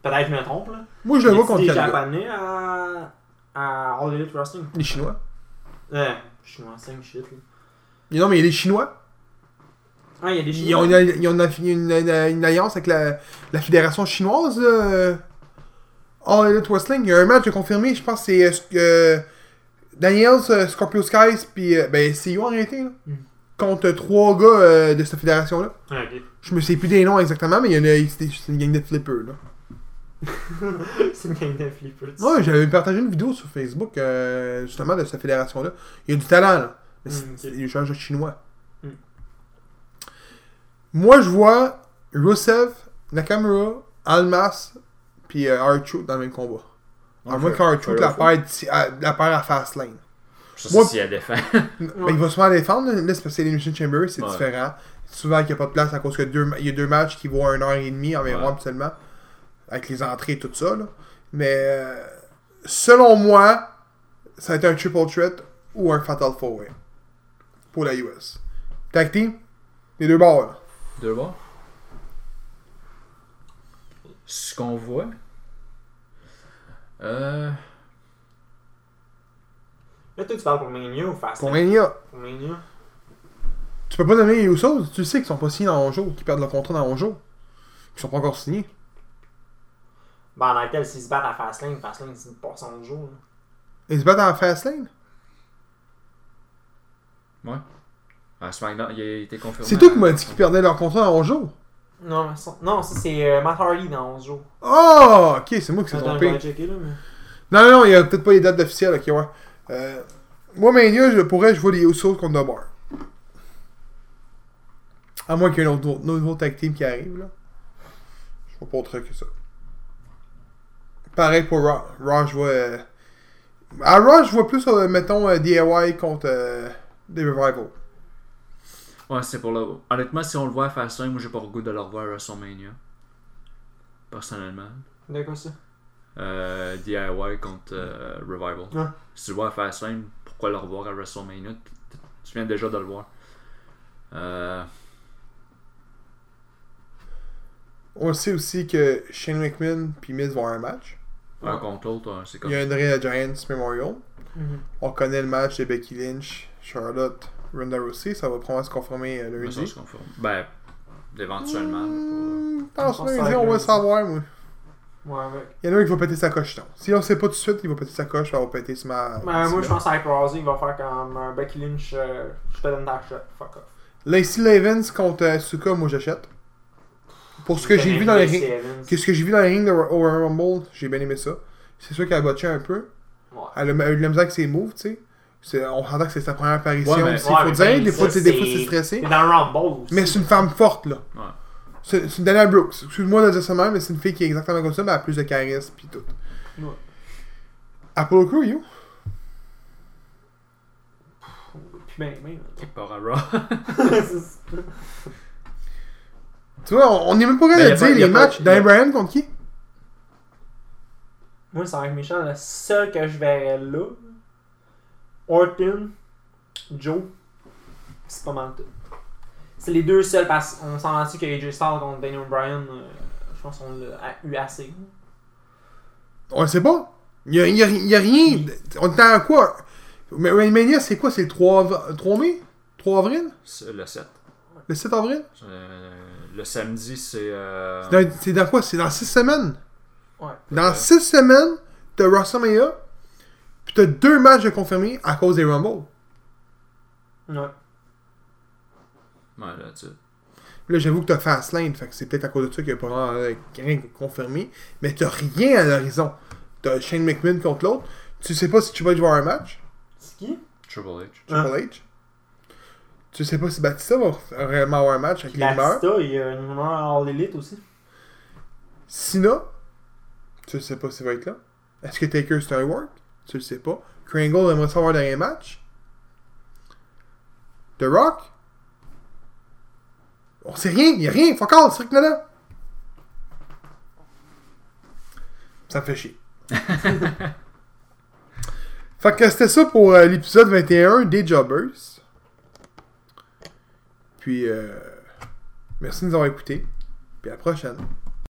Peut-être que je me trompe là. Moi je le Y vois a-t-il contre des quel gars? Japonais à, à All Elite Wrestling Les Chinois. Euh, je suis moins 5 shit là. Non, mais il y a les Chinois. Ah, il y a des Ils ont Chinois. une, ils ont une- une- une- une alliance avec la, la fédération chinoise. Là. Oh, Elite Wrestling, il y a un match de confirmé, je pense que c'est euh, Sc- euh, Daniels, euh, Scorpio Skies, puis euh, ben, c'est en réalité, là, Mm. contre trois gars euh, de cette fédération-là. Ah, ok. Je me sais plus des noms exactement, mais il y en a, c'est c'est une gang de flippers. Là. C'est une gang de flippers. Ouais, j'avais partagé une vidéo sur Facebook, euh, justement, de cette fédération-là. Il y a du talent, là. Mais c'est Mm, ok. c'est des gens de chinois. Mm. Moi, je vois Rusev, Nakamura, Almas, puis euh, R-Truth dans le même combat. À moins que R-Truth la perd d'ici- à- euh, la perd à Fastlane. Ça, Moi- c'est si elle défend. Mais il va souvent défendre, là, là, c'est parce que l'Elimination Chamber, c'est Ouais. différent. Souvent, il n'y a pas de place à cause que deux, il y a deux matchs qui vont à une heure et demie environ Ouais. habituellement, avec les entrées et tout ça. là. Mais euh, selon moi, ça va être un triple threat ou un fatal four way pour la US. Tag team, les deux bords. là. Deux bords. Ce qu'on voit. Euh. Là, toi, tu parles pour Mania ou Fast Pour Mania, Pour Mania. tu peux pas donner les Usos. Tu sais qu'ils sont pas signés dans 11 jours, qu'ils perdent leur contrat dans 11 jours. Ils sont pas encore signés. Ben, dans lequel, s'ils se battent à Fastlane, Fastlane, c'est une portion de jour. là. Ils se battent en Fastlane. À SmackDown, Ah, il a été confirmé. C'est toi à- qui m'as dit qu'ils perdaient leur contrat dans 11 jours. Non, mais ça, non, ça c'est euh, Matt Hardy dans 11 jours. Oh, ok, c'est moi qui s'est Attends, trompé. je vais checker là, mais. Non, non, il n'y a peut-être pas les dates officielles, ok, ouais. Euh, moi, Mania, je pourrais, je vois les Usos contre The Bar. À moins qu'il y ait un autre, un nouveau tag team qui arrive, là. Je vois pas autre que ça. Pareil pour Raw. Raw, je vois. euh, À Raw, je vois plus, euh, mettons, euh, DIY contre euh, The Revival. Ouais, c'est pour le. Honnêtement, si on le voit à Fastlane, moi j'ai pas le goût de le revoir à WrestleMania. Personnellement. De quoi ça Euh, DIY contre euh, Revival. Ouais. Si tu le vois à Fastlane, pourquoi le revoir à WrestleMania Tu- tu- Tu viens déjà de le voir. Euh, On sait aussi que Shane McMahon puis Miz vont avoir un match. Un Ouais. contre l'autre, hein, c'est Il comme. y a André Giants Memorial. Mhm. On connaît le match de Becky Lynch, Charlotte, Ronda Rousey. Ça va probablement se confirmer euh, Mais ça, lundi. se confirme. Ben, éventuellement. là, Hmm, pense On pense lundi, ça on va le lundi. savoir, moi. Ouais, ouais. Il y en a un qui va péter sa coche, non. Si on sait pas tout de suite, il va péter sa coche, ça va péter sur ma... Ben, moi, sur je ma- pense à Hyper Aussie, il va faire comme euh, Becky Lynch, euh, je te donne ta shot, fuck off. Lacey Levens contre Asuka, moi j'achète. Pour ce que j'ai vu dans les rings... rings. que Ce que j'ai vu dans les rings de Ro- au Royal Rumble, j'ai bien aimé ça. C'est sûr qu'elle a botché un peu. Ouais. Elle a eu de la misère avec ses moves, tu sais. C'est- On s'entend que c'est sa première apparition. Ouais, mais- aussi, Ouais, faut mais dire, des ça, fois, tu sais, des fois, c'est- c'est stressé. Mais dans le Rumble aussi. Mais c'est une femme forte, là. Ouais. C'est c'est une Dana Brooks. Excuse-moi de dire ça de même, mais c'est une fille qui est exactement comme ça, mais elle a plus de charisme pis tout. Ouais. Apollo Crew, yo. Puis ben, ben. Quelque part à Raw. Tu vois, on- on n'est même pas Mais capable de Ben, y a pas- dire y les a pas- matchs. Dan y a- Bryan contre qui Moi, c'est avec méchant, le seul que je verrais là, Orton, Joe, c'est pas mal tout. C'est les deux seuls parce qu'on s'en a dit que AJ Styles contre Daniel Bryan, euh, je pense qu'on l'a a- eu assez. On le sait pas. Il y a, y a- y a rien. de- On est à quoi Mais Mania, c'est quoi C'est le 3, av- 3 mai 3 avril C'est le 7. Le 7 avril Euh, le samedi, c'est. euh, C'est dans- C'est dans quoi C'est dans 6 semaines. Ouais. Dans Ouais. 6 semaines, t'as WrestleMania, pis t'as deux matchs de confirmés à cause des Rumble. Ouais. Ouais, là, tu Là, j'avoue que t'as Fastlane, fait que c'est peut-être à cause de ça qu'il n'y a pas vraiment, euh, rien de confirmé. Mais t'as rien à l'horizon. T'as Shane McMahon contre l'autre. Tu sais pas si tu vas y voir un match, C'est qui Triple H. Triple H. Tu sais pas si Batista va réellement avoir un match avec les rumeurs. Batista, il y a une rumeur All Elite aussi. Sina, tu sais pas s'il va être là. Est-ce que Taker c'est un work? Tu le sais pas. Kringle aimerait savoir dernier match. The Rock? On sait rien, y a rien, fuck all, ce là Ça me fait chier. fait que c'était ça pour euh, l'épisode 21 des Jobbers. Puis, euh, merci de nous avoir écoutés. Puis à la prochaine.